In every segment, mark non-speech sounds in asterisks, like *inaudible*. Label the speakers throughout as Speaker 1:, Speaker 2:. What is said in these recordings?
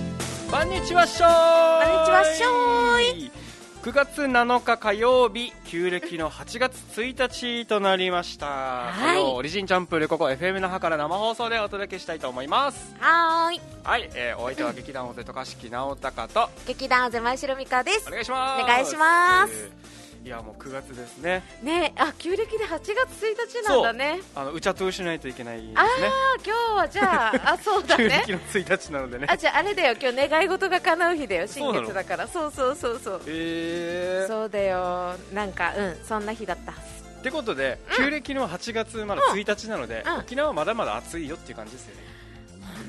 Speaker 1: んにちはしょーい
Speaker 2: こんにちはしょー
Speaker 1: い9月7日火曜日旧暦の8月1日となりました、
Speaker 2: は
Speaker 1: 火
Speaker 2: い
Speaker 1: 曜オリジンチャンプルここ FM 那覇から生放送でお届けしたいと思います
Speaker 2: はーい
Speaker 1: はい、えー、お相手は劇団大勢渡嘉敷直隆と
Speaker 2: 劇団ゼマイシロミカです
Speaker 1: お願いします
Speaker 2: お願いします、
Speaker 1: えーいやもう9月ですね
Speaker 2: ねあ旧暦で8月1日なんだね
Speaker 1: あのうちゃとしないといけないですね
Speaker 2: ああ今日はじゃ
Speaker 1: *laughs*
Speaker 2: ああそうだ
Speaker 1: 旧
Speaker 2: ね
Speaker 1: 暦の1日なのでね
Speaker 2: あじゃああれだよ今日願い事が叶う日だよ
Speaker 1: そう
Speaker 2: 新
Speaker 1: なの
Speaker 2: 月だからそうそうそうそう
Speaker 1: えー、
Speaker 2: そうだよなんかうんそんな日だった
Speaker 1: ってことで、旧暦の8月まだ1日なので、
Speaker 2: うん
Speaker 1: 沖縄はまだまだ暑いよっていう感じですよね、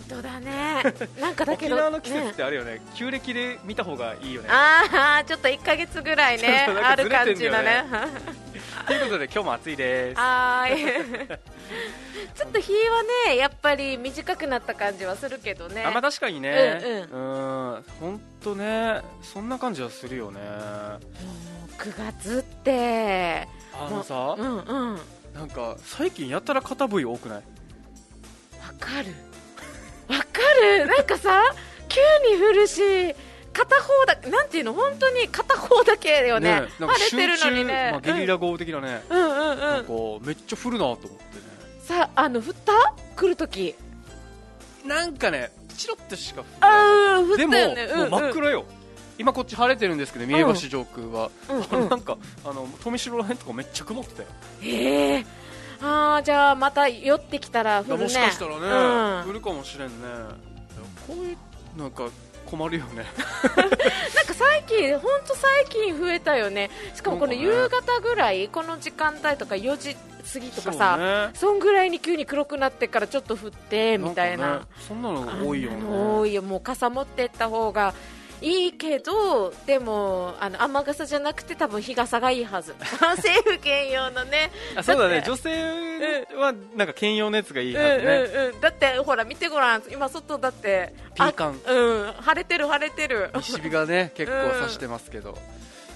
Speaker 2: 本当
Speaker 1: *laughs*
Speaker 2: だねなんかだけ
Speaker 1: 沖
Speaker 2: ど
Speaker 1: 縄の季節っ
Speaker 2: ね
Speaker 1: てあるよね旧暦で見た方がいいよね
Speaker 2: ああちょっと1か月ぐらいね
Speaker 1: そうな
Speaker 2: あ
Speaker 1: んかずれ
Speaker 2: る
Speaker 1: て
Speaker 2: 感
Speaker 1: んだ
Speaker 2: じ
Speaker 1: よ
Speaker 2: だ
Speaker 1: ね
Speaker 2: ね
Speaker 1: *laughs* ということで今日も暑いです
Speaker 2: は
Speaker 1: *laughs*
Speaker 2: ーいちょっと日はねやっぱり短くなった感じはするけどね
Speaker 1: あまあ確かにね
Speaker 2: う
Speaker 1: うん本当ねそんな感じはするよね
Speaker 2: 9月って
Speaker 1: あのさ、
Speaker 2: うんうんわ
Speaker 1: なんか最近やたら肩部位多くない
Speaker 2: かるわかるなんかさ急に降るし片方だなんていうの本当に片方だけだよね
Speaker 1: なん
Speaker 2: 晴
Speaker 1: か
Speaker 2: れてるのにね、
Speaker 1: まあ、ゲリラ豪雨的なね、
Speaker 2: うん、うんうんう
Speaker 1: なん
Speaker 2: ん
Speaker 1: かめっちゃ降るなと思ってね
Speaker 2: さあの降った来るとき
Speaker 1: なんかねチロッとしか降らない
Speaker 2: あー降
Speaker 1: で
Speaker 2: っ
Speaker 1: も、
Speaker 2: たよねうん
Speaker 1: も
Speaker 2: う
Speaker 1: うん真っ暗よ、今こっち晴れてるんですけど、三重橋上空は、
Speaker 2: うんうん
Speaker 1: なんかあの富城ら辺とかめっちゃ曇ってたよ、
Speaker 2: へえあーじゃあまた寄ってきたら降るね
Speaker 1: もしかしたらね、
Speaker 2: うん、
Speaker 1: 降るかもしれんね、こういうなんか困るよね、
Speaker 2: なんか最近、本当最近増えたよね、しかもこの
Speaker 1: なんか
Speaker 2: 夕
Speaker 1: ね
Speaker 2: 方ぐらい、この時間帯とか4時過 *laughs* ぎとか
Speaker 1: そう
Speaker 2: さ、
Speaker 1: ね
Speaker 2: そ,、んぐらいに急に黒くなってからちょっと降ってみたい
Speaker 1: んか
Speaker 2: な
Speaker 1: ね、そんなのが多いよ
Speaker 2: あんなの多
Speaker 1: ね、
Speaker 2: いよ、もう傘持ってった方がいいけど、でもあの雨傘じゃなくて、多分日傘がいい
Speaker 1: *laughs*
Speaker 2: はず、政府兼用のね、
Speaker 1: あそうだね、
Speaker 2: だ
Speaker 1: 女性はなんか兼用のやつがいいはずね、
Speaker 2: うんうんうん、だってほら、見てごらん、今、外だって、
Speaker 1: ピーカン
Speaker 2: あうん、晴れてる、晴れてる。
Speaker 1: 西日がね結構差してますけど、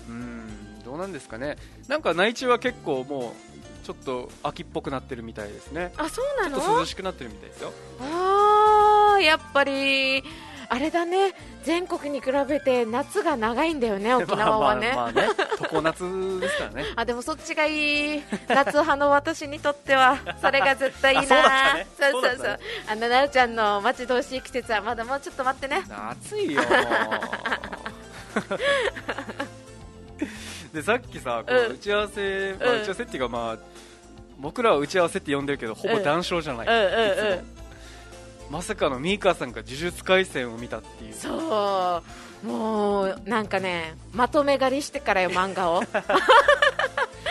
Speaker 1: うん、どうなんですかね、なんか内地は結構もう、ちょっと秋っぽくなってるみたいですね。
Speaker 2: あそうな
Speaker 1: ち
Speaker 2: の
Speaker 1: ょっと涼しくなってるみたいですよ。
Speaker 2: あーやっぱりあれだね全国に比べて夏が長いんだ
Speaker 1: *laughs*
Speaker 2: よね *laughs* 沖縄はね
Speaker 1: まあまあまあね、常夏ですからね。
Speaker 2: あでもそっちがいい夏派の私にとって
Speaker 1: *laughs*
Speaker 2: はそれが絶対いいな
Speaker 1: あそうだったね
Speaker 2: そうそうそう
Speaker 1: そうだったね
Speaker 2: あの奈々ちゃんの待ち遠しい季節はまだもうちょっと待ってね
Speaker 1: 暑い
Speaker 2: *laughs*
Speaker 1: よ。でさっきさ、こう
Speaker 2: うん
Speaker 1: 打ち合わせ、まあ
Speaker 2: うん
Speaker 1: 打ち合わせっていうかまあ僕らは打ち合わせって呼んでるけど、ほぼ談笑じゃない。
Speaker 2: うんうん
Speaker 1: いつも
Speaker 2: うんうん
Speaker 1: まさかのミーカーさんが呪術廻戦を見たって
Speaker 2: *laughs*
Speaker 1: いう。
Speaker 2: そうもうなんかねまとめ狩りしてからよ漫
Speaker 1: *laughs*
Speaker 2: 画を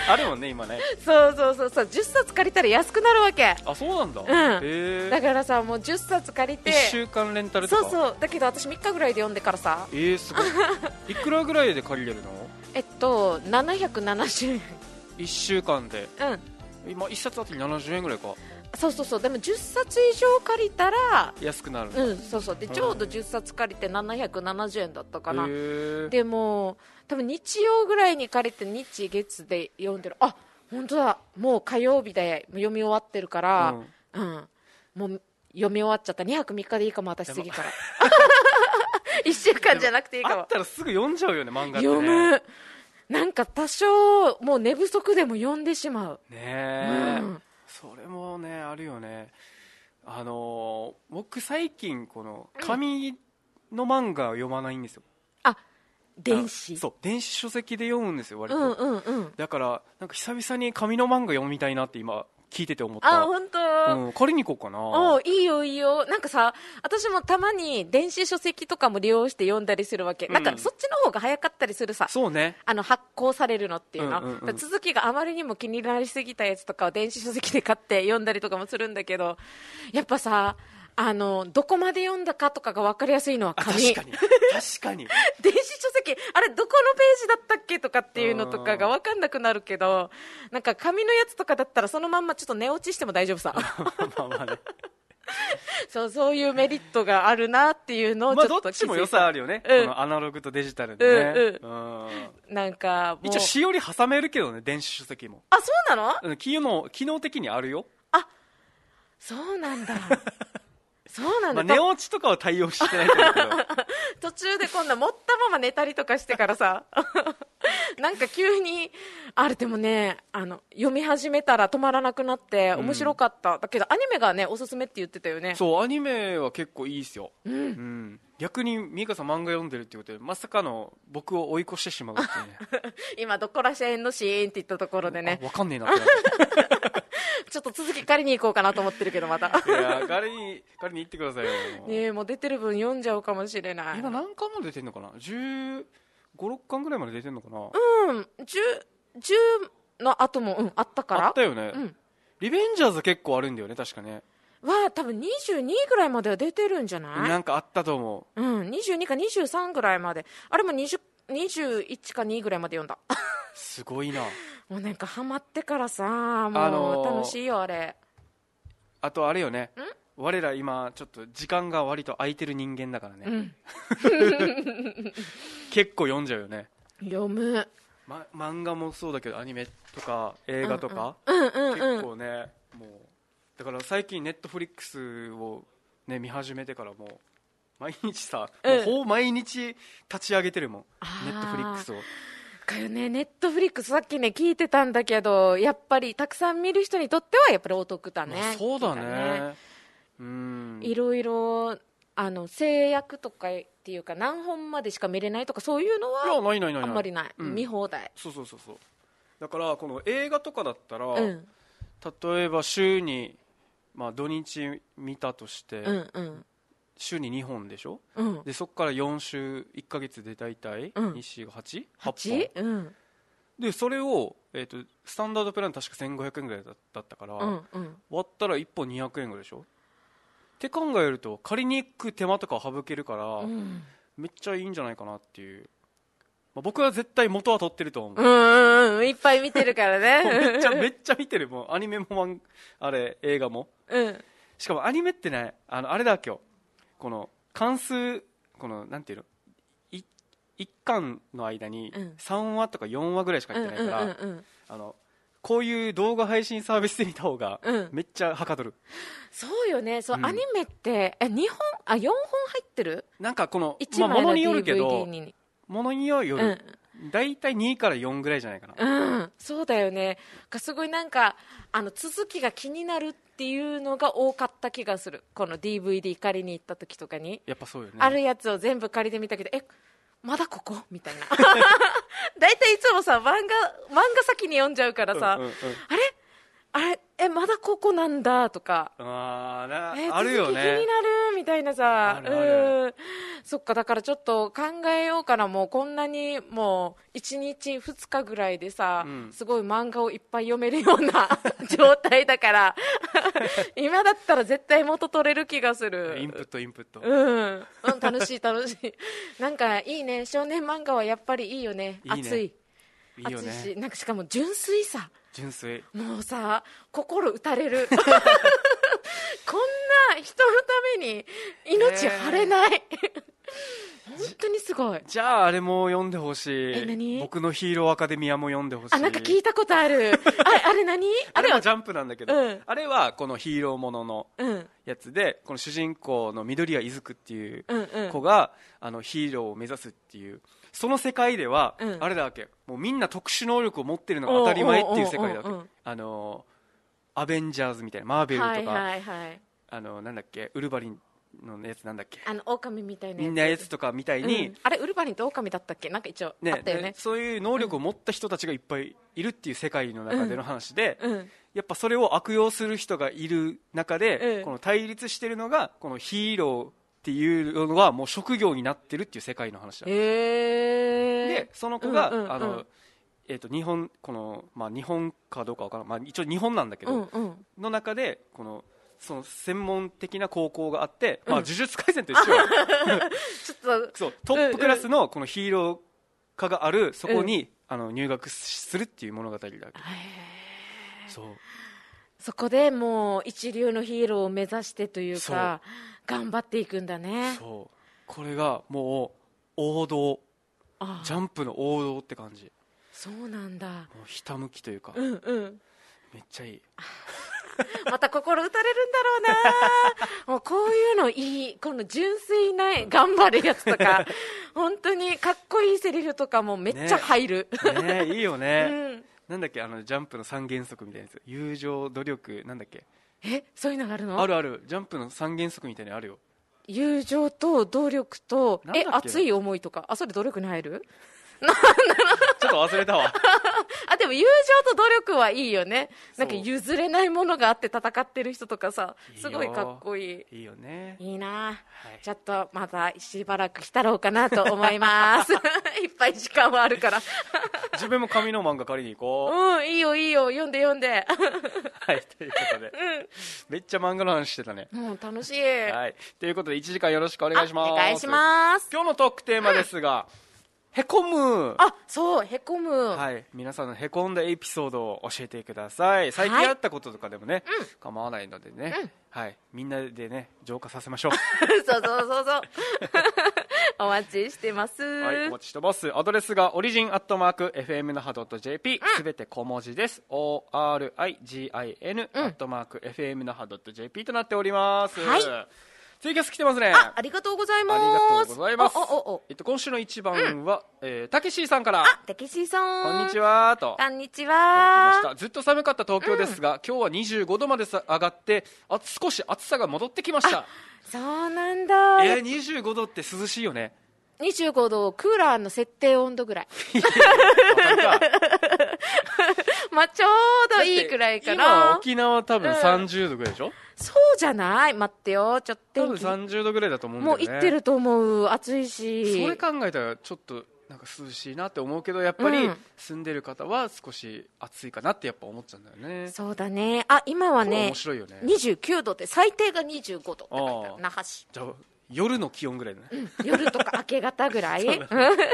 Speaker 1: あるもんね今ね。
Speaker 2: そうそうそうそう10冊借りたら安くなるわけ
Speaker 1: あそうなんだ。
Speaker 2: ん
Speaker 1: え
Speaker 2: だからさもう10冊借りて
Speaker 1: 一週間レンタルとか。
Speaker 2: そうそうだけど私3日ぐらいで読んでからさ
Speaker 1: えー、す
Speaker 2: *laughs*
Speaker 1: ごい。いくらぐらいで借りれるの？
Speaker 2: えっと770円
Speaker 1: 一週間で。
Speaker 2: うん
Speaker 1: 今一冊あたり七十円ぐらいか。
Speaker 2: そうそうそうでも10冊以上借りたら
Speaker 1: 安くなるの。
Speaker 2: うんそうそうで
Speaker 1: うん
Speaker 2: ちょうど10冊借りて770円だったかな、
Speaker 1: へー
Speaker 2: でも多分日曜ぐらいに借りて日月で読んでるあ本当だもう火曜日で読み終わってるからうん、もう読み終わっちゃった2泊3日でいいかも私次から *laughs* 一週間じゃなくていいか
Speaker 1: あ
Speaker 2: も
Speaker 1: ったらすぐ読んじゃうよね漫画って、ね、
Speaker 2: 読むなんか多少もう寝不足でも読んでしまう
Speaker 1: ねえ、
Speaker 2: うん
Speaker 1: それもねあるよねあのー僕最近この紙の漫画を読まないんですよ
Speaker 2: あ電子
Speaker 1: あそう電子書籍で読むんですよ割
Speaker 2: う
Speaker 1: と、
Speaker 2: んうんうん
Speaker 1: だからなんか久々に紙の漫画読みたいなって今聞いてて思っ
Speaker 2: あ
Speaker 1: た
Speaker 2: 本当、
Speaker 1: うん、借りに行こうか
Speaker 2: お
Speaker 1: な
Speaker 2: ういいよいいよなんかさ私もたまに電子書籍とかも利用して読んだりするわけ、
Speaker 1: うん
Speaker 2: なんかそっちの方が早かったりするさ
Speaker 1: そうね
Speaker 2: あの発行されるのっていうの、
Speaker 1: うんうんうん
Speaker 2: だから続きがあまりにも気になりすぎたやつとかを電子書籍で買って読んだりとかもするんだけどやっぱさあのどこまで読んだかとかが分かりやすいのは
Speaker 1: あ確
Speaker 2: 紙
Speaker 1: かに確かに *laughs*
Speaker 2: 電子書籍あれどこのページだったっけとかっていうのとかが分かんなくなるけどなんか紙のやつとかだったらそのまんまちょっと寝落ちしても大丈夫さ
Speaker 1: まあまあね
Speaker 2: *laughs* そうそういうメリットがあるなっていうのを
Speaker 1: ま
Speaker 2: ちょ
Speaker 1: あ
Speaker 2: っと
Speaker 1: どっちも良さあるよね、
Speaker 2: うん
Speaker 1: このアナログとデジタルでね、うん
Speaker 2: なんかもう
Speaker 1: 一応しおり挟めるけどね電子書籍も
Speaker 2: あそうなの
Speaker 1: うん機能機能的にあるよ *laughs*
Speaker 2: そうなんだそうななん
Speaker 1: ま
Speaker 2: だ
Speaker 1: あ、
Speaker 2: よ、
Speaker 1: 寝落ちとかは対応してないと
Speaker 2: *laughs*
Speaker 1: 思うけど
Speaker 2: 途中でこんな持ったまま寝たりとかしてからさ *laughs* なんか急にあれでもねあの読み始めたら止まらなくなって面白かった、だけどアニメがねおすすめって言ってたよね
Speaker 1: そうアニメは結構いいですよ、
Speaker 2: う
Speaker 1: うんん、逆に美香さん漫画読んでるってことでまさかの僕を追い越してしまうってい
Speaker 2: *laughs*
Speaker 1: うね
Speaker 2: 今どこらしへんのシーンって言ったところでね
Speaker 1: あわかんねえなってなって
Speaker 2: ちょっと続き借りに行こうかなと思ってるけどま
Speaker 1: *laughs*
Speaker 2: た *laughs*
Speaker 1: いや彼に彼に言ってくださいよ、
Speaker 2: ねえもう出てる分読んじゃうかもしれない
Speaker 1: 今何巻まで出てんのかな1 5 6巻ぐらいまで出てんのかな、
Speaker 2: うん10の後もうんあったから
Speaker 1: あったよね、
Speaker 2: うん
Speaker 1: リベンジャーズ結構あるんだよね確かね、
Speaker 2: は多分22ぐらいまでは出てるんじゃない
Speaker 1: なんかあったと思う
Speaker 2: うん、22か23ぐらいまで、あれも20 21か2ぐらいまで読んだ。 *laughs*
Speaker 1: すごいな
Speaker 2: もうなんかハマってからさ、
Speaker 1: あ
Speaker 2: も
Speaker 1: の
Speaker 2: う
Speaker 1: ー
Speaker 2: 楽しいよ、あれ。
Speaker 1: あとあれよね我ら今ちょっと時間が割と空いてる人間だからね、
Speaker 2: ん
Speaker 1: *laughs*
Speaker 2: *laughs*
Speaker 1: 結構読んじゃうよね、
Speaker 2: 読む。
Speaker 1: ま、漫画もそうだけどアニメとか映画とか、
Speaker 2: うんうんう
Speaker 1: 結
Speaker 2: ん。
Speaker 1: 構ねもうだから最近ネットフリックスを、ね、見始めてからもう毎日さ、
Speaker 2: うん
Speaker 1: もうほぼ毎日立ち上げてるもん
Speaker 2: あー
Speaker 1: ネットフリックスを
Speaker 2: かよね、ネットフリックスさっきね、聞いてたんだけど、やっぱりたくさん見る人にとってはやっぱりお得だね。
Speaker 1: まあそうだ
Speaker 2: 聞
Speaker 1: ね
Speaker 2: いた
Speaker 1: うん
Speaker 2: いろいろ、あの、制約とかっていうか、何本までしか見れないとか、そういうの
Speaker 1: いや
Speaker 2: は
Speaker 1: ないないないない
Speaker 2: あんまりない。
Speaker 1: うん
Speaker 2: 見放題。
Speaker 1: そうそうそうそうだからこの映画とかだったら、
Speaker 2: うん、
Speaker 1: 例えば週に、まあ、土日見たとして、
Speaker 2: うん、うん。
Speaker 1: 週に2本でしょ
Speaker 2: うん。
Speaker 1: でそこから4週1か月で大体
Speaker 2: うん
Speaker 1: 西が 8?8 本
Speaker 2: 8? うん。
Speaker 1: でそれを、えー、とスタンダードプラン確か1500円ぐらいだだったから、
Speaker 2: うん、うん。
Speaker 1: 割ったら1本200円ぐらいでしょって考えると借りに行く手間とかは省けるから、
Speaker 2: うん
Speaker 1: めっちゃいいんじゃないかなっていう、まあ、僕は絶対元は取ってると思う、
Speaker 2: うんうんうん、いっぱい見てるか
Speaker 1: *laughs*
Speaker 2: ら
Speaker 1: めっ
Speaker 2: ね。
Speaker 1: ちゃめっちゃ見てるもうアニメもマンあれ映画も
Speaker 2: うん。
Speaker 1: しかもアニメってねあのあれだ今日この関数このなんていうのい一巻の間に
Speaker 2: うん
Speaker 1: 3話とか4話ぐらいしか
Speaker 2: う
Speaker 1: 入
Speaker 2: ん
Speaker 1: っ
Speaker 2: うん
Speaker 1: てな
Speaker 2: う
Speaker 1: いから、
Speaker 2: ん
Speaker 1: あのこういう動画配信サービスで見た方が
Speaker 2: うん。うん。
Speaker 1: めっちゃはかどる、
Speaker 2: そうよね。そう、
Speaker 1: うん
Speaker 2: アニメって、え、2本、あ、4本入ってる
Speaker 1: なんかこの、
Speaker 2: ?1
Speaker 1: まあ、
Speaker 2: 枚
Speaker 1: もの
Speaker 2: の
Speaker 1: によるけ
Speaker 2: DVD
Speaker 1: ど
Speaker 2: に。
Speaker 1: ものによ
Speaker 2: う
Speaker 1: る
Speaker 2: ん。
Speaker 1: 大体2から4ぐらいじゃないかな、
Speaker 2: うん。そうだよね。かすごいなんか、あの、続きが気になるっていうのが多かった気がする。この DVD 借りに行った時とかに。
Speaker 1: やっぱそうよね
Speaker 2: あるやつを全部借りてみたけど、え、まだここみたい
Speaker 1: *laughs*
Speaker 2: な。大体いつもさ、漫画、漫画先に読んじゃうからさ、
Speaker 1: うんうんうん
Speaker 2: あれあれえ、まだここなんだとか。
Speaker 1: あー
Speaker 2: え
Speaker 1: なあるよ
Speaker 2: 続き気にな
Speaker 1: ね
Speaker 2: るみたいなさ。
Speaker 1: あるある
Speaker 2: うん。そっか、だからちょっと考えようかな。もうこんなにもう1日2日ぐらいでさ、
Speaker 1: うん
Speaker 2: すごい漫画をいっぱい読めるような *laughs* 状態だから、 *laughs* 今だったら絶対元取れる気がする。
Speaker 1: インプットインプット、
Speaker 2: うん、うん、楽しい楽しい。なんかいいね。少年漫画はやっぱりいいよね。
Speaker 1: いいね
Speaker 2: 熱い。
Speaker 1: いいよ
Speaker 2: 熱い
Speaker 1: ね
Speaker 2: し、なんかしかも純粋さ。
Speaker 1: 純粋
Speaker 2: もうさ、心打たれ
Speaker 1: *laughs*
Speaker 2: る。こんな人のために命張れない。本当にすごい。
Speaker 1: じゃああれも読んでほし
Speaker 2: え
Speaker 1: い
Speaker 2: 何
Speaker 1: 僕のヒーローアカデミアも読んでほしい
Speaker 2: あ、なんか聞いたことある。ああれ何
Speaker 1: あ
Speaker 2: あ
Speaker 1: れ
Speaker 2: れ
Speaker 1: は
Speaker 2: は、
Speaker 1: ジャンプなんだけど、
Speaker 2: うん
Speaker 1: あれはこのヒーローものの
Speaker 2: うん、うん
Speaker 1: やつでこの主人公の緑谷いずくっていう
Speaker 2: うん、
Speaker 1: 子が、あのヒーローを目指すっていうその世界では、
Speaker 2: うん
Speaker 1: あれだわけもうみんな特殊能力を持ってるのが当たり前っていう世界だ
Speaker 2: おうおうおう
Speaker 1: わ
Speaker 2: おう
Speaker 1: けあのアベンジャーズみたいなマーベルとか、
Speaker 2: はいはいはい。
Speaker 1: あのなんだっけウルヴァリンのやつなんだっけ
Speaker 2: あの、狼みたいな
Speaker 1: みんなやつとかみたいに、
Speaker 2: うんあれ、ウルバリンと狼だったっけなんか一応、あ
Speaker 1: ね
Speaker 2: ったよ
Speaker 1: ね
Speaker 2: ね。
Speaker 1: そういう能力を持った人たちがいっぱいいるっていう世界の中での話で、
Speaker 2: うん。
Speaker 1: やっぱそれを悪用する人がいる中で、
Speaker 2: うん
Speaker 1: この対立してるのがこのヒーローっていうのはもう職業になってるっていう世界の話だ、
Speaker 2: へえ
Speaker 1: で。その子が、
Speaker 2: うんうんうん
Speaker 1: あのえー、と日本この、まあ、日本かどうかわからない、まあ、一応日本なんだけど、
Speaker 2: うんうん。
Speaker 1: の中でこのその専門的な高校があって、
Speaker 2: うん
Speaker 1: まあ、呪術廻戦と一緒よ
Speaker 2: ちょっと、
Speaker 1: そうトップクラスのこのヒーロー科があるそこに、あの入学するっていう物語だけどそう
Speaker 2: そこでもう一流のヒーローを目指してというか、頑張っていくんだね。
Speaker 1: そうこれがもう王道
Speaker 2: ああ
Speaker 1: ジャンプの王道って感じ
Speaker 2: そうなんだ。
Speaker 1: もうひたむきというか
Speaker 2: うんうん。
Speaker 1: めっちゃいい
Speaker 2: また心打たれるんだろうな。 *laughs* もうこういうのいい、この純粋な頑張るやつと *laughs* か、本当にかっこいいセリフとかもめっちゃ入る。
Speaker 1: ね
Speaker 2: *laughs*
Speaker 1: いいよ
Speaker 2: う
Speaker 1: ね、
Speaker 2: ん、
Speaker 1: なんだっけあのジャンプの三原則みたいなやつ友情努力なんだっけ
Speaker 2: え、そういうのがあるの
Speaker 1: あるあるジャンプの三原則みたいなのあるよ
Speaker 2: 友情と努力と
Speaker 1: なんだっ
Speaker 2: え
Speaker 1: け
Speaker 2: 熱い思いとかあそれ努力に入る
Speaker 1: ちょっと忘れた
Speaker 2: *laughs*
Speaker 1: わ
Speaker 2: あでも友情と努力はいいよねなんか
Speaker 1: そう
Speaker 2: 譲れないものがあって戦ってる人とかさすごいかっこいい
Speaker 1: いいよね
Speaker 2: いいなあ
Speaker 1: はい
Speaker 2: ちょっとまたしばらく浸ろうかなと思います
Speaker 1: *laughs*
Speaker 2: いっぱい時間はあるから
Speaker 1: 自分も紙の漫画借りに行こう
Speaker 2: うんいいよいいよ読んで読んで
Speaker 1: はいということで、めっちゃ漫画の話してたね
Speaker 2: もう楽しい
Speaker 1: はいということで1時間よろしくお願いします
Speaker 2: お願いします
Speaker 1: 今日のトークテーマですが、へこむ
Speaker 2: あそうへこむはい、
Speaker 1: はい、皆さんのへこんだエピソードを教えてください最近あったこととかでもね、構わないのでね、はい、みんなでね浄化させまし
Speaker 2: *laughs*
Speaker 1: ょう
Speaker 2: *laughs* そうそうそうそう *laughs* お待ちしてます
Speaker 1: はいお待ちしてますアドレスがオリジンアットマーク FM のハドット JP すべて小文字です ORIGIN アットマーク FM のハドット JP となっております、
Speaker 2: はい
Speaker 1: ツイキャス来てますね
Speaker 2: あありがとうございま
Speaker 1: あ
Speaker 2: す。
Speaker 1: りがとうございます
Speaker 2: おおおお。
Speaker 1: えっと、今週の一番は、えーたけしーさんから
Speaker 2: たけしさん。
Speaker 1: こんにち
Speaker 2: は。
Speaker 1: はと
Speaker 2: こんにち
Speaker 1: いただきまし
Speaker 2: は。
Speaker 1: たずっと寒かった東京ですが、今日は25度までさ上がってあ少し暑さが戻ってきました
Speaker 2: そうなんだ。
Speaker 1: えー、25度って涼しいよ
Speaker 2: *laughs*
Speaker 1: ね
Speaker 2: 25度、クーラーの設定温度ぐらい。 *laughs*
Speaker 1: わかるか
Speaker 2: まあ、ちょうどいいくらいか
Speaker 1: 今
Speaker 2: な。
Speaker 1: 沖縄多分
Speaker 2: うん
Speaker 1: 30度ぐらいでしょ、
Speaker 2: そうじゃない待ってよ。ちょっ
Speaker 1: 多
Speaker 2: と
Speaker 1: 分
Speaker 2: 天気。
Speaker 1: 30度ぐらいだと思うんだ
Speaker 2: も
Speaker 1: よ
Speaker 2: う
Speaker 1: ね
Speaker 2: 行ってると思う。暑いし。
Speaker 1: それ考えたらちょっとなんか涼しいなって思うけどやっぱり
Speaker 2: うん
Speaker 1: 住んでる方は少し暑いかなってやっぱ思っちゃうんだよね
Speaker 2: そうだね。あ、今は
Speaker 1: これ
Speaker 2: ね
Speaker 1: 面、白いよね
Speaker 2: 29度って、最低が25度って書いてあ
Speaker 1: あー
Speaker 2: る。那覇市。
Speaker 1: じゃあ夜の気温ぐらいだね、
Speaker 2: 夜とか明け方ぐら
Speaker 1: *laughs*
Speaker 2: いうん。
Speaker 1: い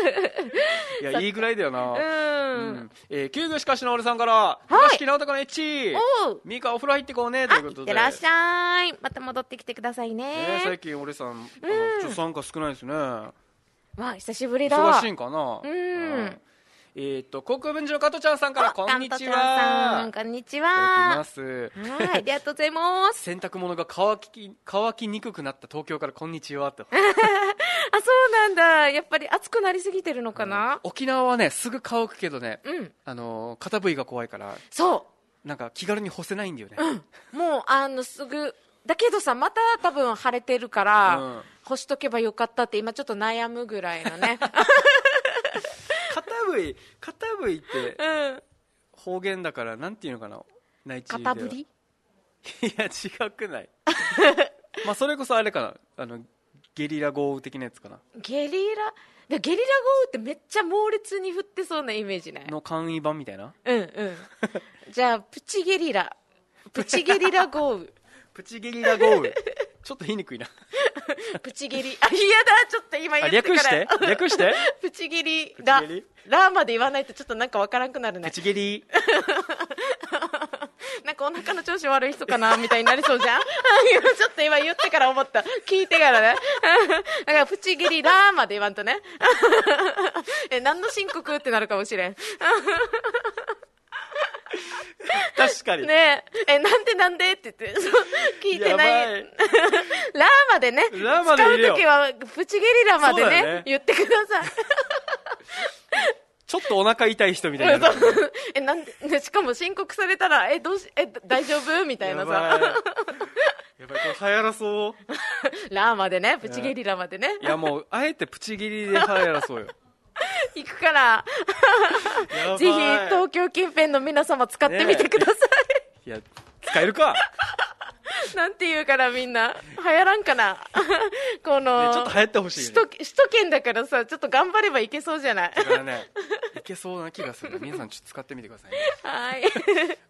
Speaker 1: やいいぐらいだよな
Speaker 2: うん。
Speaker 1: えー、救護しかしの俺さんから「
Speaker 2: い
Speaker 1: 好きな男のエッチ
Speaker 2: おう
Speaker 1: ミカお風呂入ってこうね」と
Speaker 2: あ、
Speaker 1: いうこ
Speaker 2: い
Speaker 1: と
Speaker 2: っ
Speaker 1: で
Speaker 2: てらっしゃい。また戻ってきてください
Speaker 1: ね
Speaker 2: ね。
Speaker 1: 最近俺さんあのちょっと参加少ないですね
Speaker 2: まあ、久しぶりだ。
Speaker 1: 忙しいんかな
Speaker 2: うん
Speaker 1: えーっと航空文字の加トちゃんさんから
Speaker 2: あ
Speaker 1: こんにち
Speaker 2: 担当者さ
Speaker 1: は
Speaker 2: ん
Speaker 1: いただ
Speaker 2: こんにち
Speaker 1: きま
Speaker 2: は。
Speaker 1: す
Speaker 2: はい、ありがとうござい
Speaker 1: *laughs*
Speaker 2: ます。
Speaker 1: 洗濯物が乾き乾きにくくなった東京からこんにちはと
Speaker 2: あ、そうなんだ。やっぱり暑くなりすぎてるのかな。
Speaker 1: 沖縄はねすぐ乾くけどね
Speaker 2: うん、
Speaker 1: あの肩部位が怖いから
Speaker 2: そ
Speaker 1: なんか気軽に干せないんだよね
Speaker 2: う。もう、あの、すぐ。だけどさ、また多分晴れてるから、
Speaker 1: うん
Speaker 2: 干しとけばよかったって今ちょっと悩むぐらい
Speaker 1: *laughs*
Speaker 2: のね。
Speaker 1: 肩部位肩部位って
Speaker 2: うん。
Speaker 1: 方言だからなんていうのかな内地では
Speaker 2: 肩ぶり
Speaker 1: いや違く *laughs* ないまあそれこそあれかなあのゲリラ豪雨的なやつかな
Speaker 2: ゲリラ、でゲリラ豪雨ってめっちゃ猛烈に降ってそうなイメージね。
Speaker 1: の簡易版みたいな
Speaker 2: うん
Speaker 1: *laughs*
Speaker 2: うん。じゃあ、プチゲリラ。プチゲリラ豪雨。
Speaker 1: プチゲリラ豪雨 *laughs* ちょっと言いにくいな
Speaker 2: プチゲ
Speaker 1: *laughs*
Speaker 2: リ。あ、嫌だ、ちょっと今言
Speaker 1: あ
Speaker 2: ってか
Speaker 1: 略
Speaker 2: ら。
Speaker 1: して略 *laughs* して
Speaker 2: *laughs* プチギリラ
Speaker 1: プチギリ
Speaker 2: ラーまで言わないとちょっとなんかわからんくなる
Speaker 1: プ
Speaker 2: ね
Speaker 1: チゲリ
Speaker 2: なんかお腹の調子悪い人かなみたいになりそうじゃん *laughs* ちょっと今言ってから思った聞いてからね *laughs* だからプチギリラーまで言わんとね *laughs* え何の申告ってなるかもしれん
Speaker 1: 確かに
Speaker 2: ねええなんでなんでって言って *laughs* そう聞いて
Speaker 1: や
Speaker 2: ない *laughs*
Speaker 1: ばい
Speaker 2: ラーまでね
Speaker 1: ラーまで入れ
Speaker 2: 使
Speaker 1: よ
Speaker 2: う時はプチギリラまで
Speaker 1: そうだ
Speaker 2: ね
Speaker 1: よね
Speaker 2: 言ってく
Speaker 1: *laughs*
Speaker 2: ださい
Speaker 1: ちょっとお腹痛い人みたいな
Speaker 2: *laughs* えなんでねしかも申告されたらえどうしえ大丈夫みた
Speaker 1: *laughs*
Speaker 2: い
Speaker 1: や
Speaker 2: な
Speaker 1: ばい
Speaker 2: さ
Speaker 1: やばいこれ流行らそう
Speaker 2: ラーまでね、プチゲリラまでね、
Speaker 1: いやもうあえてプチゲリで流行ら *laughs* そうよ
Speaker 2: 行くから、
Speaker 1: やばい
Speaker 2: ぜひ東京近辺の皆様使ってみてくださ
Speaker 1: いや使えるか、ね、
Speaker 2: い。なんて言うからみんな、流行らんかな。 *laughs* この、
Speaker 1: ちょっと流行ってほしいよ
Speaker 2: 首
Speaker 1: ね
Speaker 2: 都首都圏だからさ、ちょっと頑張ればいけそうじ
Speaker 1: *laughs*
Speaker 2: ゃない
Speaker 1: だからねいけそうな気がする皆さんちょっと使ってみてくださいね
Speaker 2: はい。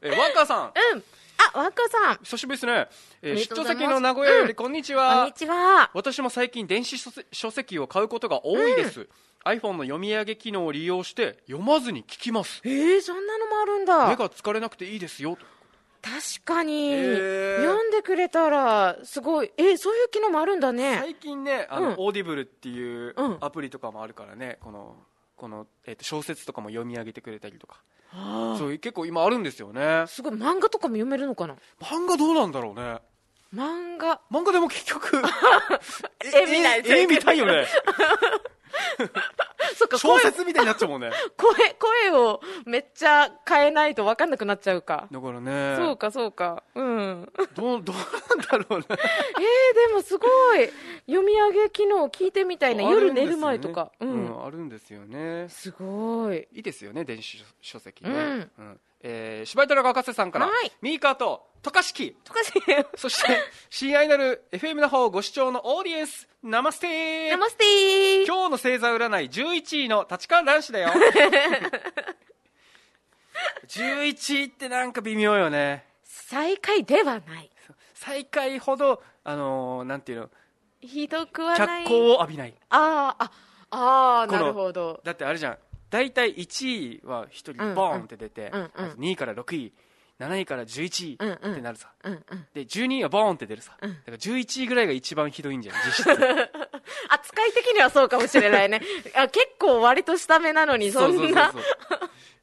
Speaker 1: えワンカーさん
Speaker 2: うん。あ、ワーカーさん、
Speaker 1: 久しぶりですね、えー
Speaker 2: おめで
Speaker 1: 出
Speaker 2: とうご
Speaker 1: 張
Speaker 2: ざいます
Speaker 1: 先の名古屋よりこんにちは、
Speaker 2: こんにちは。
Speaker 1: 私も最近電子書籍書籍を買うことが多いです、iPhone の読み上げ機能を利用して読まずに聞きます
Speaker 2: えー、そんなのもあるんだ。
Speaker 1: 目
Speaker 2: 確
Speaker 1: が疲れなくていいですよと
Speaker 2: かに、
Speaker 1: へー
Speaker 2: 読んでくれたら、すごい。えーそういう機能もあるんだね。
Speaker 1: 最近ねあの、
Speaker 2: うん
Speaker 1: オーディブルっていう
Speaker 2: うん
Speaker 1: アプリとかもあるからねこのこの、えーと小説とかも読み上げてくれたりとか
Speaker 2: あー
Speaker 1: そういう結構今あるんですよね
Speaker 2: すごい、漫画とかも読めるのかな
Speaker 1: 漫画どうなんだろうね
Speaker 2: 漫画
Speaker 1: 漫画でも結局
Speaker 2: *laughs* 絵みたい
Speaker 1: 絵絵みたいよね
Speaker 2: そっか
Speaker 1: 小
Speaker 2: 声
Speaker 1: 説みたいになっちゃうもんね
Speaker 2: 声声をめっちゃ変えないと分かんなくなっちゃうか、
Speaker 1: だからね
Speaker 2: そうかそうかうん *laughs*
Speaker 1: どうどうなんだろうね
Speaker 2: えー、でもすごい読み上げ機能聞いてみたいな夜寝る前とか、
Speaker 1: あるんで
Speaker 2: う
Speaker 1: すよね
Speaker 2: ん
Speaker 1: うんあるんですよね
Speaker 2: すごい
Speaker 1: いいですよね電子書書籍ね、
Speaker 2: うん
Speaker 1: うんえー、柴井虎博士さんから、
Speaker 2: はい
Speaker 1: ミーカーと渡嘉敷
Speaker 2: とかしいよ
Speaker 1: そ
Speaker 2: *laughs*
Speaker 1: して親愛なる FM の方をご視聴のオーディエンスナマステー
Speaker 2: ナマステー
Speaker 1: 今日の星座占い11位の立川男子だ
Speaker 2: *laughs*
Speaker 1: よ11位ってなんか微妙よね
Speaker 2: 最下位ではない
Speaker 1: 最下位ほどあのーなんていうの
Speaker 2: ひどくは
Speaker 1: 脚
Speaker 2: ない
Speaker 1: 光を浴びない
Speaker 2: あーああー
Speaker 1: この
Speaker 2: なるほど
Speaker 1: だってあれじゃん大体1位は1人
Speaker 2: うん
Speaker 1: ボーンって出て、
Speaker 2: うんうん
Speaker 1: あと2位から6位7位から11位
Speaker 2: うんうん
Speaker 1: ってなるさ、
Speaker 2: うんうん
Speaker 1: で12位はボーンって出るさ、
Speaker 2: うん
Speaker 1: だから11位ぐらいが一番ひどいん
Speaker 2: *laughs*
Speaker 1: じゃん実質
Speaker 2: 扱い的にはそうかもしれない
Speaker 1: *laughs*
Speaker 2: ねあ結構割と下目なのにそんな
Speaker 1: う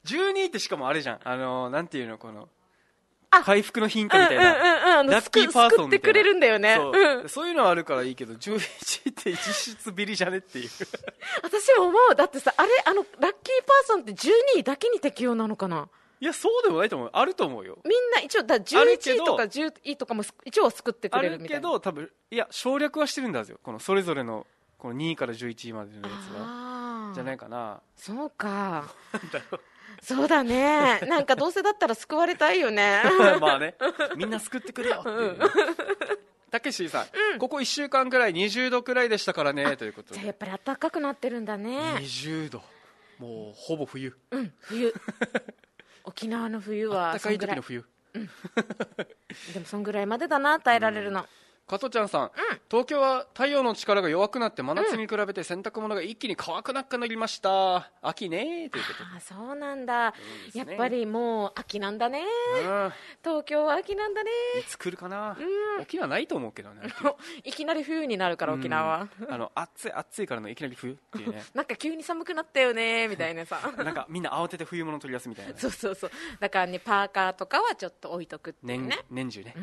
Speaker 1: 12位ってしかもあれじゃんあのーなんていうのこの
Speaker 2: あ
Speaker 1: 回復のヒント
Speaker 2: うんう
Speaker 1: み
Speaker 2: ん
Speaker 1: た
Speaker 2: う
Speaker 1: い
Speaker 2: ん
Speaker 1: な、
Speaker 2: うんあの
Speaker 1: ラッキー
Speaker 2: 救
Speaker 1: パーソン
Speaker 2: 救ってくれるんだよね
Speaker 1: そう,、
Speaker 2: うん
Speaker 1: そういうのはあるからいいけど11位って実質ビリじゃねっていう
Speaker 2: 私思うだってさあれあのラッキーパーソンって12位だけに適用なのかない
Speaker 1: やそうでもないと思うあると思うよ
Speaker 2: みんな一応だ
Speaker 1: あるけ
Speaker 2: 11
Speaker 1: ど
Speaker 2: 位とか10位とかもす一応は救ってく
Speaker 1: あ
Speaker 2: れる
Speaker 1: る
Speaker 2: み
Speaker 1: け
Speaker 2: たいな
Speaker 1: ど多分いや省略はしてるんだぜよこのそれぞれのこの2位から11位までのやつは
Speaker 2: あー
Speaker 1: じゃないかな *laughs*
Speaker 2: そうかそうだねなんかどうせだったら救われたいよね
Speaker 1: *laughs* まあねみんな救ってくれよって
Speaker 2: *laughs*
Speaker 1: いうたけしさん、ここ1週間くらい20度くらいでしたからねということ
Speaker 2: じゃあや
Speaker 1: で
Speaker 2: っぱり暖かくなってるんだね
Speaker 1: 20度もうほぼ冬
Speaker 2: 冬沖縄の冬は
Speaker 1: 暖
Speaker 2: そ
Speaker 1: か
Speaker 2: ん
Speaker 1: い
Speaker 2: ぐ
Speaker 1: 時
Speaker 2: ら
Speaker 1: の
Speaker 2: い
Speaker 1: 冬
Speaker 2: でもそんぐらいまでだな耐えられるの、
Speaker 1: 加トちゃんさん、東京は太陽の力が弱くなって真夏に比べて洗濯物が一気に乾くなくなりました秋ねーということ
Speaker 2: ああそうなんだ、
Speaker 1: いいです
Speaker 2: やっ
Speaker 1: ね
Speaker 2: ぱりもう秋なんだね
Speaker 1: で、
Speaker 2: 東京は秋なんだね *laughs*
Speaker 1: うん、いつ来るかな、沖縄ないと思うけどね
Speaker 2: いきなり冬になるから沖縄は、
Speaker 1: うんあの暑い暑いからのいきなり冬って
Speaker 2: *laughs*
Speaker 1: いうね
Speaker 2: なんか急に寒くなったよねみたいなさ
Speaker 1: なんかみんな慌てて冬物取り出すみたいなね
Speaker 2: *laughs* そうそうそうだからねパーカーとかはちょっと置いとくっていう
Speaker 1: 年
Speaker 2: ね
Speaker 1: 年中ね、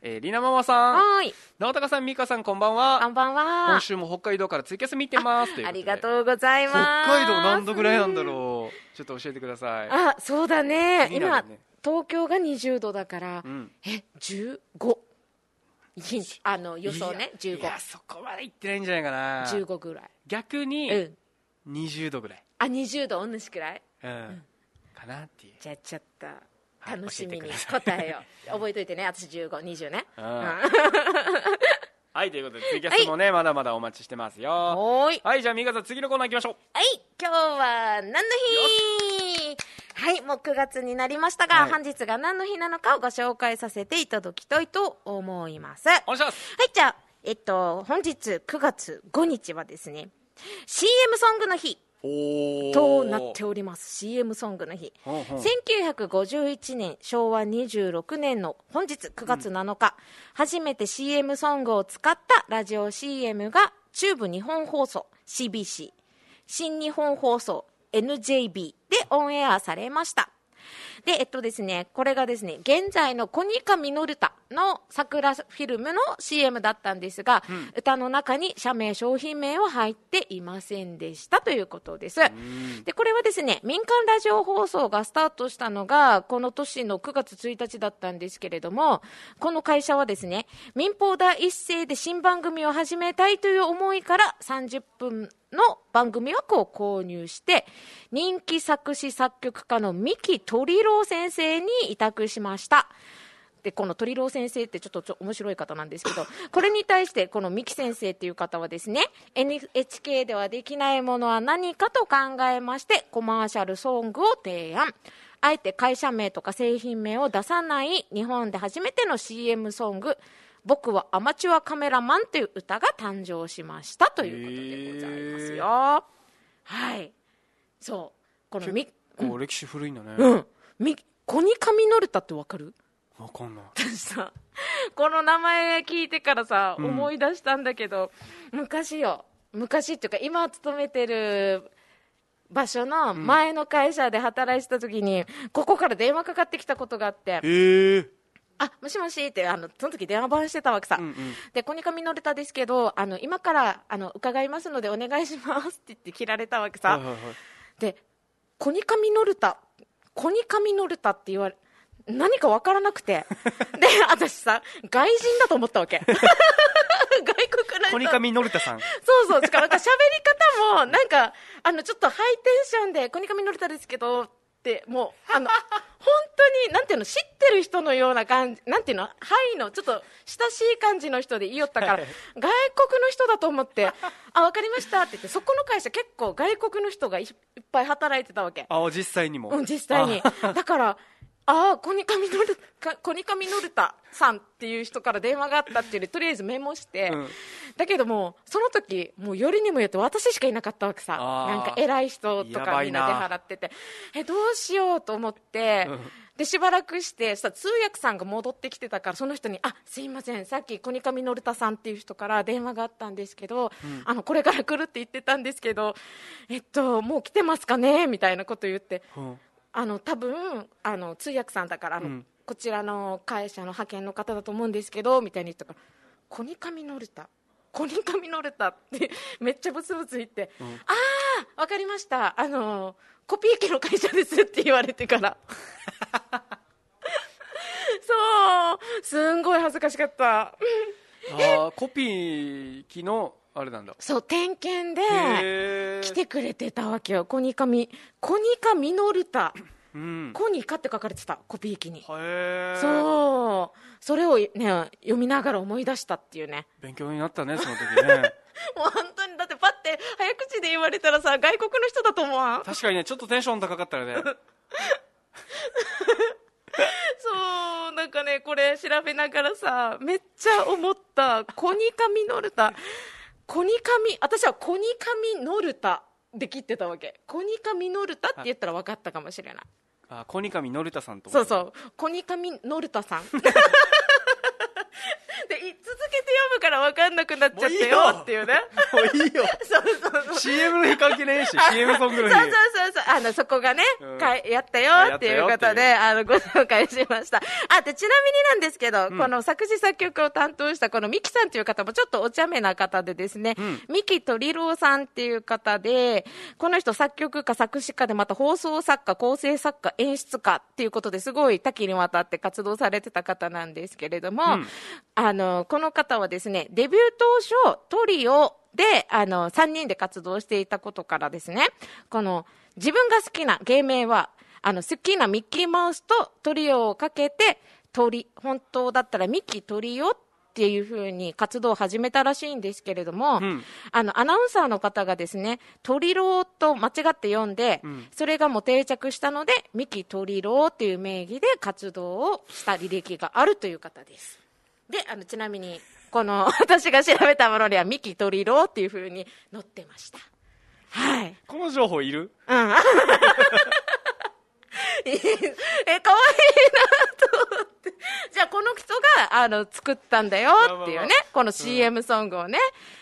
Speaker 1: えーりなママさん
Speaker 2: はーい
Speaker 1: 直高さん美香さんこんばん
Speaker 2: こ
Speaker 1: は
Speaker 2: んばん
Speaker 1: 今
Speaker 2: は
Speaker 1: 週も北海道からツイキャス見てますというこ
Speaker 2: あ
Speaker 1: とで
Speaker 2: りがとうござい
Speaker 1: 北
Speaker 2: ます
Speaker 1: 海道何度ぐらいなんだ
Speaker 2: う
Speaker 1: ろうちょっと教えてください
Speaker 2: あそうだね
Speaker 1: 気にな
Speaker 2: 今
Speaker 1: るね
Speaker 2: 東京が20度だから、
Speaker 1: うん
Speaker 2: え15ヒントあの予想ね
Speaker 1: いやいやそこまで行ってないんじゃないかな
Speaker 2: 1515ぐらい
Speaker 1: 逆
Speaker 2: う
Speaker 1: に
Speaker 2: ん
Speaker 1: 20度ぐらい、
Speaker 2: あ20度お主くらい
Speaker 1: うんかなっていう
Speaker 2: じゃあちょっと
Speaker 1: はい
Speaker 2: 楽しみ
Speaker 1: 教
Speaker 2: に
Speaker 1: えてください
Speaker 2: 答えを覚えといてね私1520ね
Speaker 1: う
Speaker 2: うんん *laughs*
Speaker 1: はいということでツイキャスもね、まだまだお待ちしてますよ
Speaker 2: はーい
Speaker 1: はいじゃあ美香さん次のコーナー行きましょう
Speaker 2: はい、今日は何の日はい、もう9月になりましたが、
Speaker 1: はい
Speaker 2: 本日が何の日なのかをご紹介させていただきたいと思います。は
Speaker 1: お願いしま
Speaker 2: い
Speaker 1: す、
Speaker 2: じゃあ、えっと、本日9月5日はですね、CM ソングの日
Speaker 1: お
Speaker 2: となっております。CM ソングの日。
Speaker 1: ほうほう
Speaker 2: 1951年、昭和26年の本日9月7日、初めて CM ソングを使ったラジオ CM が中部日本放送 CBC、新日本放送 NJB でオンエアされました。で、えっとですね、これがですね、現在のコニカミノルタの桜フィルムの CM だったんですが、歌の中に社名、商品名は入っていませんでしたということです。で、これはですね、民間ラジオ放送がスタートしたのが、この年の9月1日だったんですけれども、この会社はですね、民放第一声で新番組を始めたいという思いから30分の番組枠を購入して、人気作詞作曲家の三木鳥郎先生に委託しました。でこの鳥郎先生ってちょっとちょ面白い方なんですけど *laughs* これに対してこの三木先生っていう方はですね NHK ではできないものは何かと考えましてコマーシャルソングを提案あえて会社名とか製品名を出さない日本で初めての CM ソング「僕はアマチュアカメラマン」という歌が誕生しましたということでございますよ。はいそうこのみ
Speaker 1: こう歴史古いんだね、
Speaker 2: うんみコニカミノルタってわかる
Speaker 1: わかんない
Speaker 2: 私さこの名前聞いてからさ、思い出したんだけど昔よ昔っていうか今勤めてる場所の前の会社で働いてた時に、ここから電話かかってきたことがあって
Speaker 1: へえ
Speaker 2: あもしもしってあのその時電話番してたわけさ、
Speaker 1: うんうん
Speaker 2: でコニカミノルタですけどあの今からあの伺いますのでお願いしますって言って切られたわけさ、
Speaker 1: はいはいはい
Speaker 2: でコニカミノルタコニカミノルタって言われ何か分からなくてで私さ外人だと思ったわけ *laughs* 外国の人
Speaker 1: コニカミノルタさん
Speaker 2: そうそうしかもなんか喋り方もなんかあのちょっとハイテンションでコニカミノルタですけどってもうあの *laughs* 本当になんていうの知ってる人のような感じなんていうのハイのちょっと親しい感じの人で言いよったから
Speaker 1: はい
Speaker 2: 外国の人だと思ってあわかりましたって言ってそこの会社結構外国の人がいいっぱい働いてたわけ
Speaker 1: あ実際にも
Speaker 2: うん、実際に
Speaker 1: あ。
Speaker 2: だから、ああ、コニカミノルタ、コニカミノルタさんっていう人から電話があったっていうので、とりあえずメモして、
Speaker 1: うん
Speaker 2: だけども、その時、もうよりにもよって私しかいなかったわけさ。
Speaker 1: あー
Speaker 2: なんか偉い人と
Speaker 1: やば
Speaker 2: か
Speaker 1: い
Speaker 2: みん
Speaker 1: な
Speaker 2: な出払ってて、え、どうしようと思って、
Speaker 1: うん
Speaker 2: で、しばらくして、さ、通訳さんが戻ってきてたから、その人に、あ、すいません、さっきコニカミノルタさんっていう人から電話があったんですけど、あの、これから来るって言ってたんですけど、えっと、もう来てますかねみたいなこと言って、
Speaker 1: うん
Speaker 2: あの多分あの通訳さんだからあの、
Speaker 1: うん
Speaker 2: こちらの会社の派遣の方だと思うんですけどみたいに言ったから「コニカミノルタ」「コニカミノルタ」って *laughs* めっちゃブツブツ言って「ああわかりましたあのコピー機の会社です」って言われてから
Speaker 1: *laughs*
Speaker 2: そうすんごい恥ずかしかった
Speaker 1: あーコピー機のあれなんだ
Speaker 2: そう点検で
Speaker 1: へえ
Speaker 2: 来てくれてたわけよコニカミコニカミノルタ
Speaker 1: うん
Speaker 2: コニカって書かれてたコピー機に
Speaker 1: へえ
Speaker 2: そう、それをね、読みながら思い出したっていうね。
Speaker 1: 勉強になったねその時ね *laughs*
Speaker 2: もう本当に、だってパって早口で言われたらさ、外国の人だと思わん。
Speaker 1: 確かにねちょっとテンション高かったらね
Speaker 2: そう、なんかね、これ調べながらさ、めっちゃ思った。コニカミノルタ。コニカミ、私はコニカミノルタで切ってたわけ。コニカミノルタって言ったら分かったかもしれない。
Speaker 1: あコニカミノルタさんと
Speaker 2: そうそう、コニカミノルタさん。 *laughs* で、い続けて読むから分かんなくなっちゃったよっていうね。
Speaker 1: もういいよ
Speaker 2: そうそうそう。
Speaker 1: CM の日関係ねえし CM ソングの
Speaker 2: そう
Speaker 1: 日
Speaker 2: そうそうそうあのそこがね、
Speaker 1: うん
Speaker 2: かいやった
Speaker 1: あ
Speaker 2: よ
Speaker 1: やっ
Speaker 2: ったていう
Speaker 1: よ
Speaker 2: こ
Speaker 1: っていう
Speaker 2: とであのご紹介しましたあでちなみになんですけど、この作詞作曲を担当したこのミキさんという方もちょっとお茶目な方でですね、
Speaker 1: ん
Speaker 2: ミキトリローさんっていう方でこの人作曲家作詞家でまた放送作家構成作家演出家っていうことですごい多岐にわたって活動されてた方なんですけれども、
Speaker 1: ん
Speaker 2: あのこの方はですねデビュー当初トリオで、あの、3人で活動していたことからですね、この、自分が好きな芸名は、あの、好きなミッキーマウスとトリオをかけて、トリ、本当だったらミッキートリオっていうふうに活動を始めたらしいんですけれども、
Speaker 1: ん
Speaker 2: あの、アナウンサーの方がですね、トリローと間違って読んで、
Speaker 1: ん
Speaker 2: それがもう定着したので、ミッキートリローっていう名義で活動をした履歴があるという方です。で、あの、ちなみに、この、 *laughs* 私が調べたものには、ミキトリローっていう風に載ってました。はい。
Speaker 1: この情報いる
Speaker 2: *laughs* え、可愛いなと思って。じゃあ、この人が、あの、作ったんだよっていう
Speaker 1: まあまあ
Speaker 2: ね
Speaker 1: まあ、
Speaker 2: この CM ソングをね。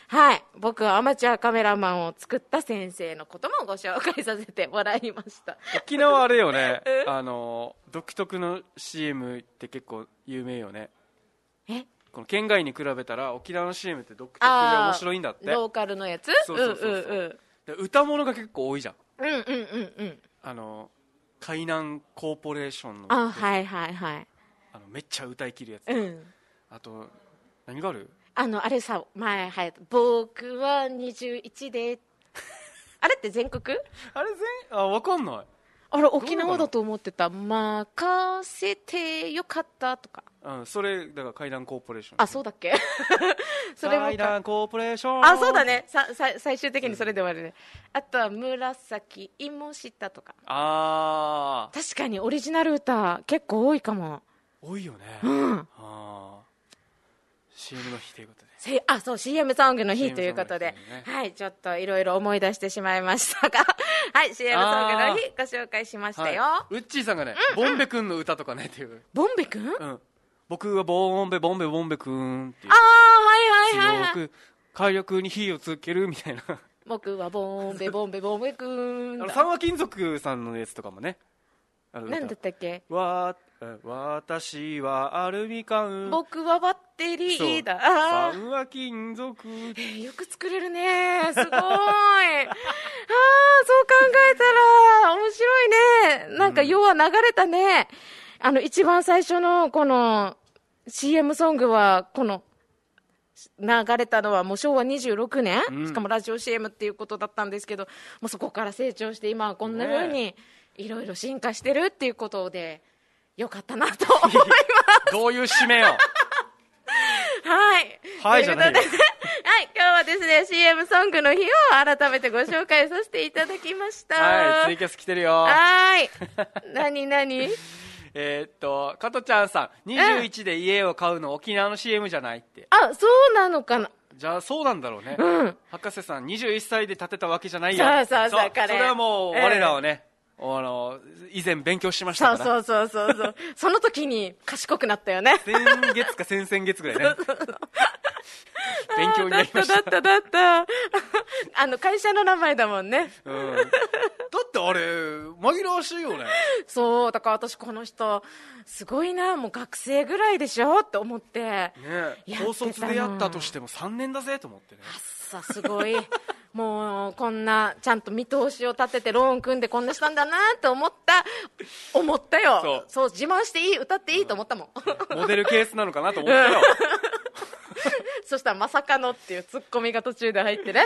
Speaker 2: はい。僕はアマチュアカメラマンを作った先生のこともご紹介させてもらいました。
Speaker 1: 沖縄あれよねあの独特の CM って結構有名よね
Speaker 2: え
Speaker 1: この県外に比べたら沖縄の CM って独特で
Speaker 2: あー
Speaker 1: 面白いんだって
Speaker 2: ローカルのやつ
Speaker 1: そうそうそうそうで歌物が結構多いじゃん
Speaker 2: うんうんうん。うんうんうんうん。
Speaker 1: あの海南コーポレーションの
Speaker 2: あ、はいはいはい。
Speaker 1: あのめっちゃ歌い切るやつ
Speaker 2: うん。
Speaker 1: あと何がある
Speaker 2: あの、あれさ、前流行った、僕は21で、
Speaker 1: *laughs*
Speaker 2: あれって全国
Speaker 1: あれ全あわかんない
Speaker 2: あれ、沖縄だと思ってた、任せてよかったとか、
Speaker 1: うん、それだから階段コーポレーション
Speaker 2: あ、そうだっけ *laughs* それも
Speaker 1: 階
Speaker 2: か
Speaker 1: 段コーポレーション
Speaker 2: あ、そうだねささ、最終的にそれで終わるね、あとは紫、芋したとか、
Speaker 1: ああ
Speaker 2: 確かにオリジナル歌、結構多いかも、
Speaker 1: 多いよね、ああ CM の日ということで
Speaker 2: せあそう CM ソングの日ということで、
Speaker 1: CM ソングの日
Speaker 2: はいちょっといろいろ思い出してしまいましたが *laughs* はい、CM ソングの日ご紹介しましたよ、
Speaker 1: ウッチーさんがね、ボンベ君の歌とかねっていう、
Speaker 2: ボンベ君
Speaker 1: うん、僕はボンベボンベボンベ君ってい
Speaker 2: ああ、
Speaker 1: う
Speaker 2: はいはいはい、はい。
Speaker 1: 強く火力に火をつけるみたい
Speaker 2: *laughs*
Speaker 1: な
Speaker 2: 僕はボンベボンベボンベく
Speaker 1: あ
Speaker 2: ーん
Speaker 1: の
Speaker 2: だ。
Speaker 1: 三和金属さんのやつとかもねあの歌
Speaker 2: なんだったっけ
Speaker 1: わーうん私はアルミ缶
Speaker 2: 僕はバッテリーだあー
Speaker 1: ンは金
Speaker 2: *laughs*
Speaker 1: 属
Speaker 2: えーよく作れるねすごい *laughs* ああそう考えたら面白いねなんか世は流れたね、あの一番最初のこの CM ソングはこの流れたのはもう昭和26年、
Speaker 1: うん
Speaker 2: しかもラジオ CM っていうことだったんですけどもうそこから成長して今はこんな風にいろいろ進化してるっていうことでよかったな
Speaker 1: *laughs*
Speaker 2: と思います
Speaker 1: どういう締めよ
Speaker 2: *laughs* はい。
Speaker 1: はいじゃないよ
Speaker 2: とうことではい、今日はですね、CM ソングの日を改めてご紹介させていただきました。
Speaker 1: はいツイキャス来てるよ
Speaker 2: は
Speaker 1: *laughs*
Speaker 2: ーい。なになに
Speaker 1: えーっと加トちゃんさん21で家を買うの沖縄の CM じゃないって
Speaker 2: あ、そうなのかな
Speaker 1: じゃあそうなんだろうね、
Speaker 2: うん。
Speaker 1: 博士さん21歳で建てたわけじゃないよ
Speaker 2: そうそうそう彼
Speaker 1: それはもう我らはね、あの以前勉強しました
Speaker 2: そ
Speaker 1: か
Speaker 2: う
Speaker 1: ら
Speaker 2: そうそうそうそう。その時に賢くなったよね。
Speaker 1: 先月か先々月ぐらい
Speaker 2: *laughs*
Speaker 1: ね勉強になりまし
Speaker 2: だ
Speaker 1: た
Speaker 2: っただっただった。あ *laughs* の、会社の名前だもんね。
Speaker 1: うんだってあれ紛らわしいよね
Speaker 2: そう、だから私この人、すごいな、もう学生ぐらいでしょって思って。
Speaker 1: ね
Speaker 2: やってたな
Speaker 1: 高卒でやったとしても3年だぜと思ってね
Speaker 2: さすごいもうこんなちゃんと見通しを立ててローン組んでこんなしたんだなと思った思ったよそう自慢していい歌っていいと思ったもん
Speaker 1: モデルケースなのかなと思った
Speaker 2: *laughs*
Speaker 1: よ、
Speaker 2: そしたらまさかのっていうツッコミが途中で入ってね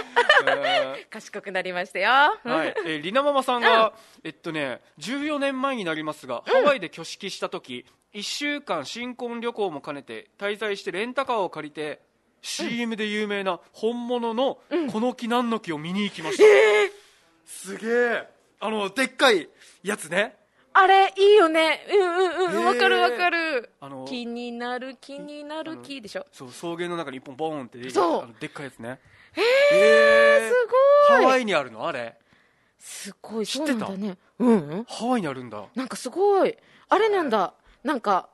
Speaker 2: 賢くなりましたよ、
Speaker 1: うんはい、 *laughs* えー、りなママさんが、えっとね14年前になりますが、ハワイで挙式した時1週間新婚旅行も兼ねて滞在してレンタカーを借りて CM で有名な本物のこの木何の木を見に行きました、すげえあのでっかいやつね
Speaker 2: あれいいよねうんうんう
Speaker 1: ね
Speaker 2: ん
Speaker 1: え
Speaker 2: わかるわかる、
Speaker 1: あの
Speaker 2: 気になる気になる気でしょ
Speaker 1: そう草原の中に一本ボーンって出てきて
Speaker 2: そう
Speaker 1: あのでっかいやつね
Speaker 2: す
Speaker 1: え
Speaker 2: ごい
Speaker 1: ハワイにあるのあれ
Speaker 2: すごい
Speaker 1: 知っ
Speaker 2: そう
Speaker 1: て
Speaker 2: なん
Speaker 1: た
Speaker 2: だねうんうん
Speaker 1: ハワイにあるんだ
Speaker 2: なんかすごいあれなんだなんか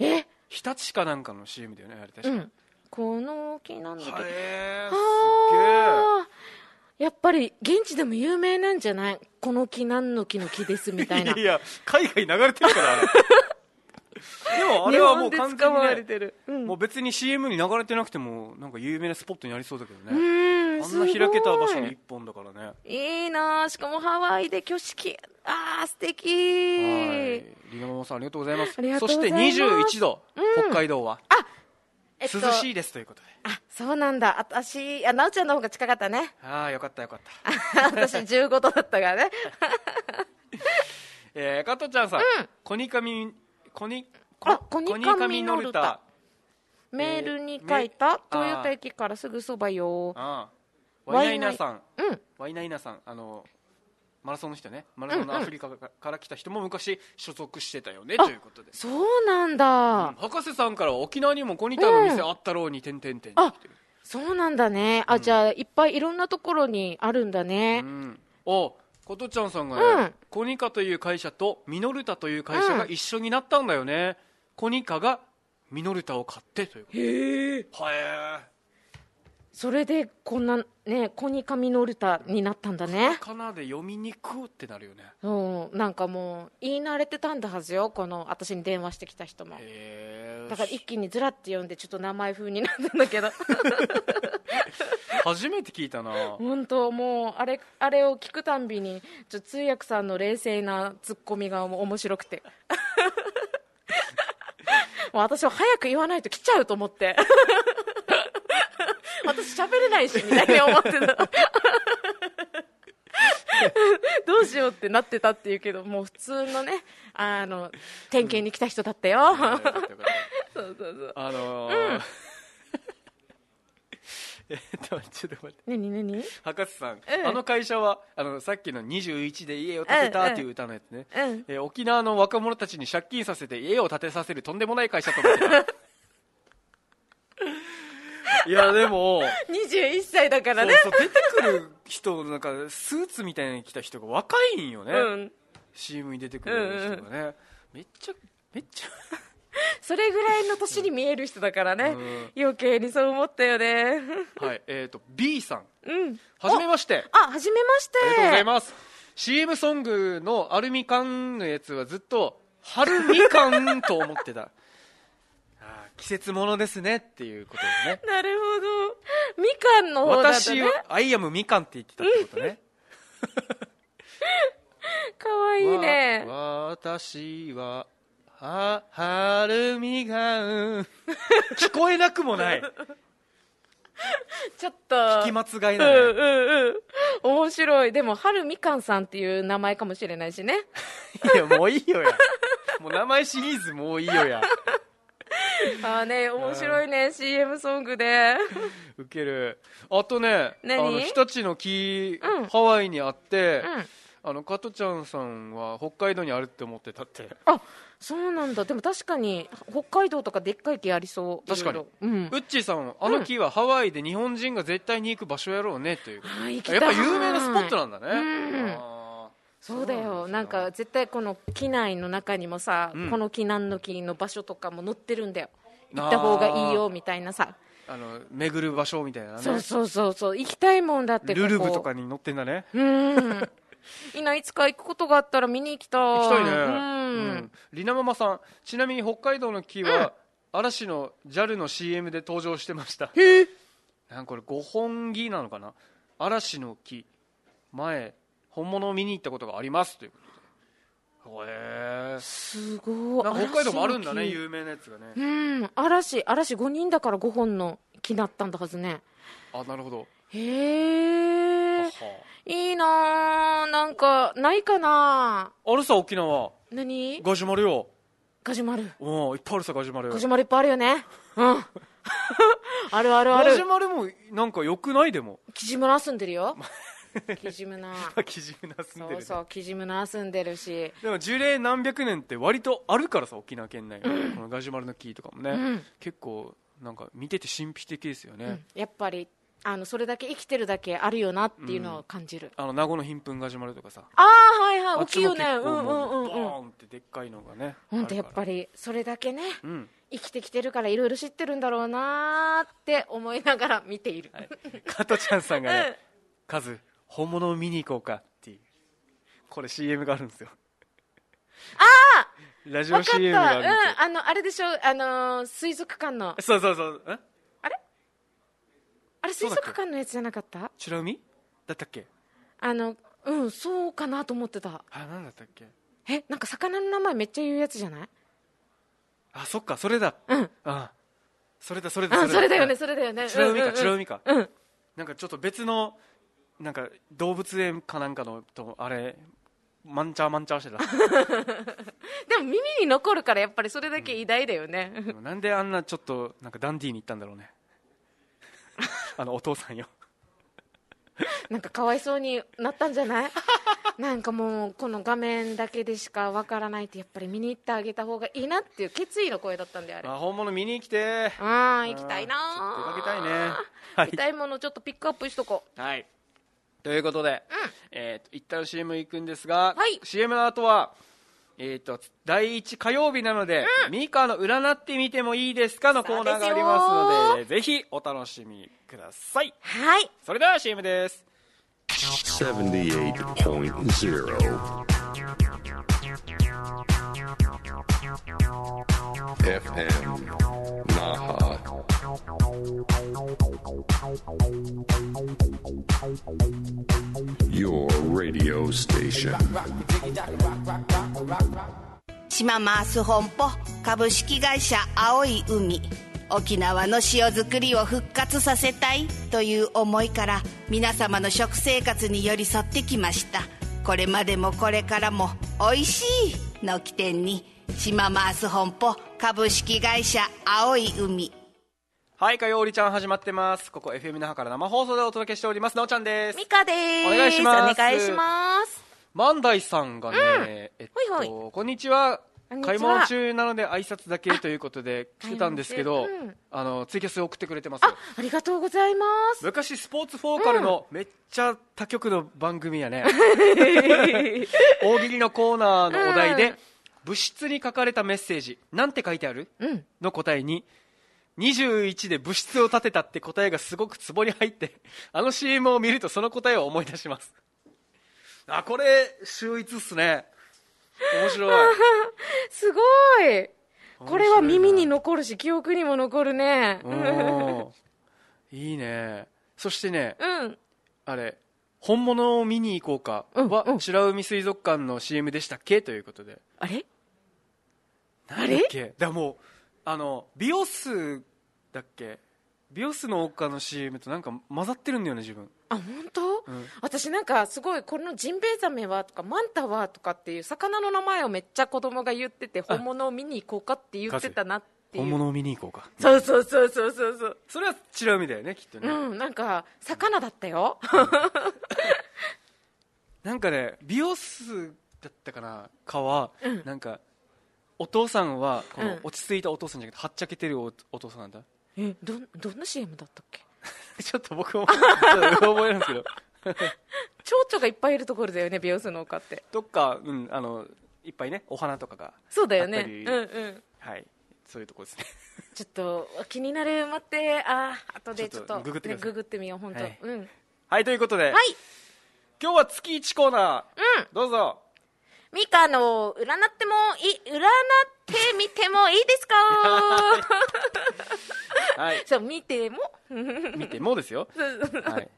Speaker 2: え
Speaker 1: 日立かなんかの CM だよねあれ確か、
Speaker 2: うんこの木なんだけど
Speaker 1: へえす
Speaker 2: あーやっぱり現地でも有名なんじゃないこの木何の木の木ですみたい
Speaker 1: げ
Speaker 2: な
Speaker 1: えいや海外流れてるからあれ
Speaker 2: *laughs*
Speaker 1: でもあれはもう
Speaker 2: 日
Speaker 1: 完
Speaker 2: 本で使
Speaker 1: 全に
Speaker 2: わ
Speaker 1: ね、
Speaker 2: れてる、うん
Speaker 1: もう別に CM に流れてなくてもなんか有名なスポットになりそうだけど
Speaker 2: う
Speaker 1: ね、
Speaker 2: ん
Speaker 1: あん
Speaker 2: すご
Speaker 1: ない開けた場所に一本だからね
Speaker 2: いいなあしかもハワイで挙式あー素敵
Speaker 1: はいリナママさんありがとうございます
Speaker 2: ありがとうござい
Speaker 1: そ
Speaker 2: ます
Speaker 1: して21度、北海道は、
Speaker 2: えっと
Speaker 1: 涼しいですということで
Speaker 2: あそうなんだ私あなおちゃんの方が近かっ
Speaker 1: *laughs*
Speaker 2: たね
Speaker 1: ああよかったよかった
Speaker 2: 私15度だったから
Speaker 1: *laughs*
Speaker 2: ね
Speaker 1: えー、加トちゃんさん、
Speaker 2: うん
Speaker 1: コニカミコニ
Speaker 2: あコニカミノルタメールに書いた、
Speaker 1: えーね
Speaker 2: 豊田駅からすぐそばよ
Speaker 1: ああワイナイナさん
Speaker 2: うん
Speaker 1: ワイナイナさんあのマラソンの人ねマラソンのアフリカから,、来た人も昔所属してたよね
Speaker 2: あ
Speaker 1: ということで
Speaker 2: そうなんだ、
Speaker 1: 博士さんからは沖縄にもコニタの店あったろうに点々点
Speaker 2: あそうなんだね。あ、じゃあ、いっぱいいろんなところにあるんだ
Speaker 1: う
Speaker 2: ね。
Speaker 1: んおことちゃんさんがね、
Speaker 2: うん
Speaker 1: コニカという会社とミノルタという会社が一緒になったんだよね、コニカがミノルタを買ってということ
Speaker 2: へえ。
Speaker 1: はえ
Speaker 2: それで、こんな、ね、コニカミノルタになったんだね。
Speaker 1: カナで読みにくってなるよね
Speaker 2: うん、なんかもう、言い慣れてたんだはずよ。この、私に電話してきた人も。
Speaker 1: へ
Speaker 2: だから一気にずらって読んで、ちょっと名前風になったんだけど。
Speaker 1: 初めて聞いたな
Speaker 2: 本当もう、あれ、あれを聞くたんびに、ちょ通訳さんの冷静なツッコミがもう面白く
Speaker 1: *laughs*
Speaker 2: て。もう私は早く言わないと来ちゃうと思って。 *laughs* 私喋れないし、みたいに思ってた。 *laughs* どうしようってなってたっていうけど、もう普通のね、あの、点検に来た人だったよ。
Speaker 1: よかったよかった
Speaker 2: そうそうそう。
Speaker 1: あのー *laughs* えっとちょっと待って
Speaker 2: *laughs* 何何
Speaker 1: 博士さん、
Speaker 2: うん
Speaker 1: あの会社はあのさっきの「21で家を建てた」っていう歌のやつね、
Speaker 2: うん。
Speaker 1: えー沖縄の若者たちに借金させて家を建てさせるとんでもない会社と思って
Speaker 2: *laughs*
Speaker 1: たいやで
Speaker 2: *laughs*
Speaker 1: も
Speaker 2: 21歳だか
Speaker 1: そ
Speaker 2: ら
Speaker 1: う
Speaker 2: ね。
Speaker 1: そう出てくる人なんかスーツみたいなの着た人が若いんよね、
Speaker 2: うん。
Speaker 1: CM に出てくる人がね、めっちゃめっちゃ
Speaker 2: それぐらいの年に見える人だからね、
Speaker 1: うん
Speaker 2: 余計にそう思ったよね *laughs*
Speaker 1: はい、えっ、と、B さん。
Speaker 2: うん
Speaker 1: はじめまして。
Speaker 2: あはじめまして
Speaker 1: ありがとうございます。CM ソングのアルミ缶のやつはずっと、春みかんと思 *laughs* ってたあー季節ものですねっていうことですね
Speaker 2: なるほどみかんの方だった
Speaker 1: 私
Speaker 2: ね
Speaker 1: アイアムみかんって言ってたってことね
Speaker 2: かわ *laughs* いいね
Speaker 1: わ私はは春みかん
Speaker 2: *laughs*
Speaker 1: 聞こえなくもない
Speaker 2: ちょっと
Speaker 1: 期末がいな
Speaker 2: う
Speaker 1: のよ
Speaker 2: んうんうん面白いでも春みかんさんっていう名前かもしれない
Speaker 1: *laughs*
Speaker 2: しね
Speaker 1: いやもういいよやもう名前シリーズもういいよや
Speaker 2: ああね面白いね CM ソングで
Speaker 1: ウケるあとねあ
Speaker 2: 何
Speaker 1: の日立の木、
Speaker 2: うん
Speaker 1: ハワイにあって、
Speaker 2: うん
Speaker 1: あの加トちゃんさんは北海道にあるって思ってたって
Speaker 2: あそうなんだでも確かに北海道とかでっかい木ありそう
Speaker 1: 確かに
Speaker 2: いろいろうん
Speaker 1: ウッチーさんはあの木はハワイで日本人が絶対に行く場所やろうねという
Speaker 2: あー行きた
Speaker 1: や
Speaker 2: い
Speaker 1: っぱ有名なスポットなんだね、
Speaker 2: うん
Speaker 1: あー
Speaker 2: そうだよ
Speaker 1: そうな
Speaker 2: な
Speaker 1: んんですよ
Speaker 2: か絶対この機内の中にもさ、
Speaker 1: うん
Speaker 2: この木何の木の場所とかも載ってるんだよ行った方がいいよみたいなさ
Speaker 1: あの巡る場所みたいなね
Speaker 2: そうそうそうそう行きたいもんだってここ
Speaker 1: ルルブとかに乗ってんだね
Speaker 2: うんいいないつか行くことがあったら見に行きたい
Speaker 1: 行きたいね
Speaker 2: うん、
Speaker 1: うんりなママさんちなみに北海道の木は、嵐の JAL の CM で登場してました
Speaker 2: へえ
Speaker 1: なんかこれ五本木なのかな嵐の木前本物を見に行ったことがありますということでへえ
Speaker 2: すごい
Speaker 1: なんか北海道もあるんだね
Speaker 2: 嵐の
Speaker 1: 有名なやつがね
Speaker 2: 木うん嵐嵐5人だから5本の木だったんだはずね
Speaker 1: あなるほど、
Speaker 2: へえ
Speaker 1: ははい
Speaker 2: いなーなんかないかな
Speaker 1: あるさ沖縄
Speaker 2: 何
Speaker 1: ガジュマルよ
Speaker 2: ガジュマル
Speaker 1: うんいっぱいあるさガジュマル
Speaker 2: ガジュマルいっぱいあるよね。うん。あるあるあ
Speaker 1: ガジュ
Speaker 2: る。
Speaker 1: マルもなんかよくないで
Speaker 2: *laughs*
Speaker 1: も
Speaker 2: キジムナ住んで
Speaker 1: *laughs*
Speaker 2: るよ。キジムナ。
Speaker 1: 基準な住んで
Speaker 2: そ
Speaker 1: る
Speaker 2: う
Speaker 1: ね
Speaker 2: そう、キジムナ住んでるし。
Speaker 1: でも樹齢何百年って割とあるからさ沖縄県内がこのガジュマルの木とかもね、
Speaker 2: うん
Speaker 1: 結構なんか見てて神秘的ですよね、
Speaker 2: うんやっぱり、あの、それだけ生きてるだけあるよなっていうのを感じる。
Speaker 1: あの名護の貧粉ガジュマルとかさ
Speaker 2: ああ、はいはい、
Speaker 1: あ
Speaker 2: 大
Speaker 1: っ
Speaker 2: きい
Speaker 1: ち
Speaker 2: よ
Speaker 1: も
Speaker 2: ね。
Speaker 1: 結
Speaker 2: うん
Speaker 1: 構
Speaker 2: うん
Speaker 1: も
Speaker 2: う
Speaker 1: うんボ
Speaker 2: うん。
Speaker 1: ーンってでっかいのがね
Speaker 2: ほんとやっぱ
Speaker 1: り
Speaker 2: り、それだけね、
Speaker 1: うん
Speaker 2: 生きてきてるからいろいろ知ってるんだろうなーって思いながら見ている。
Speaker 1: 加トちゃんさんが
Speaker 2: うん
Speaker 1: ね「カズ本物を見に行こうか」っていうこれ CM があるんですよああラジ
Speaker 2: わ
Speaker 1: オ
Speaker 2: かった。う
Speaker 1: CM
Speaker 2: ん。
Speaker 1: があるんですよ
Speaker 2: あの、あれでしょ、あのー水族館の。
Speaker 1: そうそうそうえ
Speaker 2: あれあれ、
Speaker 1: そ
Speaker 2: 水
Speaker 1: うだっけ
Speaker 2: 族館のやつじゃなかった
Speaker 1: 白海だったっけ
Speaker 2: あのうんそうかなと思ってた
Speaker 1: あなんだったっけ
Speaker 2: えなんか魚の名前めっちゃ言うやつじゃない
Speaker 1: あそっかそれだ
Speaker 2: うん
Speaker 1: あそれだそれだ
Speaker 2: あそれだよ
Speaker 1: は
Speaker 2: ね
Speaker 1: い
Speaker 2: それだよね
Speaker 1: 白海
Speaker 2: うんう
Speaker 1: か
Speaker 2: ん
Speaker 1: 白海か
Speaker 2: うん
Speaker 1: なんかちょっと別のなんか動物園かなんかのとあれマンチャーマンチャーしてた
Speaker 2: *laughs* でも耳に残るからやっぱりそれだけ偉大だよね、
Speaker 1: でもなんであんなちょっとなんかダンディーに行ったんだろ
Speaker 2: *laughs*
Speaker 1: うねあのお父さんよ
Speaker 2: なんかかわいそうになったんじゃない *laughs* なんかもうこの画面だけでしかわからないってやっぱり見に行ってあげた方がいいなっていう決意の声だったんであれ
Speaker 1: あ本物見に来て
Speaker 2: ああ行きたいな
Speaker 1: ちょっと出かけたいね
Speaker 2: は、
Speaker 1: はいい
Speaker 2: 見たいものちょっとピックアップしとこう
Speaker 1: はいということで、えーと一旦 CM 行くんですが、
Speaker 2: はい
Speaker 1: CM の後はえー、と第1火曜日なので、ミカの占ってみてもいいですかのコーナーがありますのでぜひお楽しみください
Speaker 2: はい
Speaker 1: それでは CM です
Speaker 3: 78.0 FM Naha.
Speaker 4: 島マース本舗株式会社青い海沖縄の塩作りを復活させたいという思いから皆様の食生活に寄り添ってきましたこれまでもこれからも「おいしい」の起点に島マース本舗株式会社青い海
Speaker 1: はい火曜りちゃん始まってますここ FM 那覇から生放送でお届けしておりますなおちゃんです
Speaker 2: ミカです
Speaker 1: お願いします
Speaker 2: お願いします
Speaker 1: 万代さんがね、えっと
Speaker 2: ほい
Speaker 1: こんにちは
Speaker 2: こんにちは
Speaker 1: 買い物中なので挨拶だけということで来てたんですけど、
Speaker 2: 買い物中うん
Speaker 1: あのツイキャス送ってくれてます
Speaker 2: あありがとうございま
Speaker 1: *laughs*
Speaker 2: す
Speaker 1: 昔スポーツフォーカルのめっちゃ他局の番組
Speaker 2: *laughs*
Speaker 1: やね、大喜利のコーナーのお題で、
Speaker 2: うん
Speaker 1: 物質に書かれたメッセージなんて書いてある、
Speaker 2: うん
Speaker 1: の答えに21で物質を立てたって答えがすごくツボに入ってあの CM を見るとその答えを思い出しますあこれ秀逸っすね面
Speaker 2: *laughs*
Speaker 1: 白い
Speaker 2: すごいこれは耳に残るし記憶にも残るねう
Speaker 1: うんんいいねそしてね
Speaker 2: うん
Speaker 1: あれ本物を見に行こうかは、
Speaker 2: うんうん
Speaker 1: 白海水族館の CM でしたっけということで
Speaker 2: あれ
Speaker 1: なんだっけだからもうあのビオスだっけビオスの丘の CM となんか混ざってるんだよね自分
Speaker 2: あ本当、
Speaker 1: うん
Speaker 2: 私なんかすごいこのジンベエザメはとかマンタはとかっていう魚の名前をめっちゃ子供が言ってて本物を見に行こうかって言ってたなって
Speaker 1: 本
Speaker 2: いう
Speaker 1: 物を見に行こうか
Speaker 2: そうそうそうそうそうそう
Speaker 1: それは白海だよねきっとね、
Speaker 2: うんなんか魚だったよ
Speaker 1: なんかねビオスだったかなかは、なんかお父さんはこ
Speaker 2: うん
Speaker 1: の落ち着いたお父さんじゃなくてはっちゃけてるおお父さんなんだ
Speaker 2: えどんどんな CM だったっけ
Speaker 1: ちょっと僕も *laughs* ちょっと覚えなんですけど
Speaker 2: 蝶々がいっぱいいるところだよね美容室の丘って
Speaker 1: どっか、うん、あのいっぱいねお花とかが
Speaker 2: そうだよ
Speaker 1: あっ
Speaker 2: ね
Speaker 1: たり
Speaker 2: うんうん
Speaker 1: はいそういうとこですね *laughs*
Speaker 2: ちょっと気になる待ってああ後でち
Speaker 1: ち
Speaker 2: ょ
Speaker 1: ょ
Speaker 2: っ
Speaker 1: っ
Speaker 2: と
Speaker 1: とググってくだ
Speaker 2: ね
Speaker 1: さい
Speaker 2: ググってみよう本当、
Speaker 1: はい
Speaker 2: うんはい
Speaker 1: はいということで、今日は月1コーナー、どうぞ
Speaker 2: ミカの占ってもい占ってみてもいいですか
Speaker 1: はい
Speaker 2: そう見ても
Speaker 1: 見てもです *laughs* よ、はい、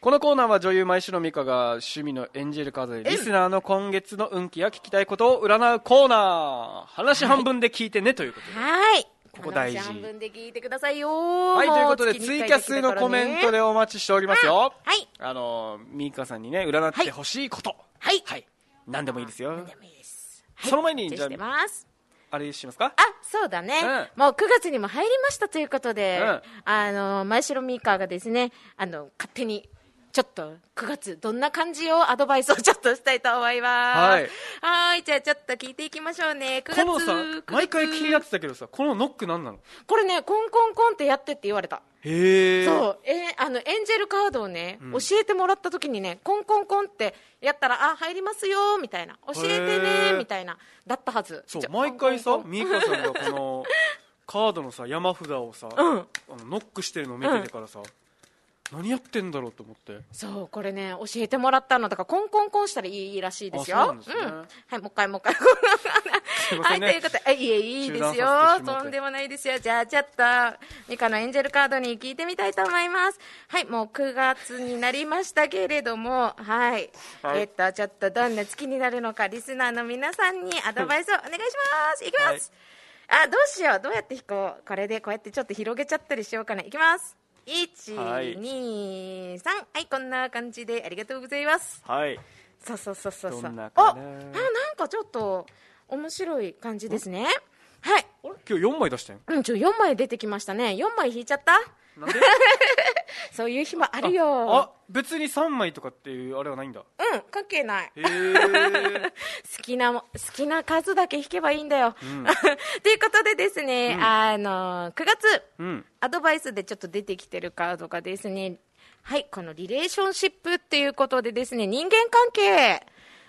Speaker 1: このコーナーは女優前城美香が趣味のエンジェルカードでリスナーの今月の運気や聞きたいことを占うコーナー話半分で聞いてねということで
Speaker 2: はい
Speaker 1: ここ大事
Speaker 2: 半分で聞いてくださいよ
Speaker 1: はい、ということで
Speaker 2: も
Speaker 1: ツイキャスのコメント
Speaker 2: 月に一回きだからね
Speaker 1: でお待ちしておりますよ
Speaker 2: はい
Speaker 1: あの美香さんにね占ってほしいこと
Speaker 2: はい
Speaker 1: はい何でもいいですよ
Speaker 2: でもいいです
Speaker 1: その前に
Speaker 2: はい
Speaker 1: じゃあ
Speaker 2: お待ちしてます
Speaker 1: あれしますか
Speaker 2: あそうだね、
Speaker 1: う
Speaker 2: もう9月にも入りましたということで、
Speaker 1: うん
Speaker 2: あの前城ミーカーがですねあの勝手にちょっと9月どんな感じをアドバイスをちょっとしたいと思います
Speaker 1: はい
Speaker 2: はーいじゃあちょっと聞いていきましょうね9
Speaker 1: こ
Speaker 2: 月
Speaker 1: のさ
Speaker 2: 9月
Speaker 1: 毎回気になってたけどさこのノック何なの
Speaker 2: これねコンコンコンってやってって言われた
Speaker 1: へえ
Speaker 2: そうえーあのエンジェルカードをね、教えてもらった時にねコンコンコンってやったらあ入りますよみたいな教えてね
Speaker 1: へー
Speaker 2: みたいなだったはず
Speaker 1: そう
Speaker 2: じゃ
Speaker 1: 毎回さ
Speaker 2: コンコンコン
Speaker 1: 美香さんがこ
Speaker 2: *laughs*
Speaker 1: のカードのさ山札をさ、
Speaker 2: ん
Speaker 1: あのノックしてるのを見ててからさ、何やってんだろうと思って
Speaker 2: そうこれね教えてもらったのだからコンコンコンしたらいいらしいですよ
Speaker 1: あそうなんですね
Speaker 2: はいもう一回もう一回
Speaker 1: いま
Speaker 2: は
Speaker 1: せ
Speaker 2: い
Speaker 1: ん
Speaker 2: と
Speaker 1: ね
Speaker 2: いうことであいえいいです
Speaker 1: 中
Speaker 2: よ
Speaker 1: 断させてしまって
Speaker 2: とんでもないですよじゃあちょっとミカのエンジェルカードに聞いてみたいと思いますはいもう9月になりましたけれどもはい、
Speaker 1: はい
Speaker 2: えっとちょっとどんな月になるのかリスナーの皆さんにアドバイスをお願いしますいきます、あどうしようどうやって引こうこれでこうやってちょっと広げちゃったりしようかないきます1、
Speaker 1: はい
Speaker 2: 2、3はいこんな感じでありがとうございます
Speaker 1: はい
Speaker 2: そうそうそうそうそう
Speaker 1: どんな
Speaker 2: お
Speaker 1: か
Speaker 2: あ
Speaker 1: な
Speaker 2: なんかちょっと面白い感じですねは
Speaker 1: あ
Speaker 2: い
Speaker 1: れ今日4枚出したよ
Speaker 2: うんちょ4枚出てきましたね4枚引いちゃった
Speaker 1: なんで
Speaker 2: そういう日もあるよ
Speaker 1: あ別に3枚とかっていうあれはないんだ
Speaker 2: うん関係ない
Speaker 1: へ
Speaker 2: *laughs*
Speaker 1: え
Speaker 2: 好きなも、好きな数だけ弾けばいいんだよ。 *laughs* ということでですね、あの、9月、
Speaker 1: うん
Speaker 2: アドバイスでちょっと出てきてるカードがですね、はい、このリレーションシップっていうことでですね、人間関係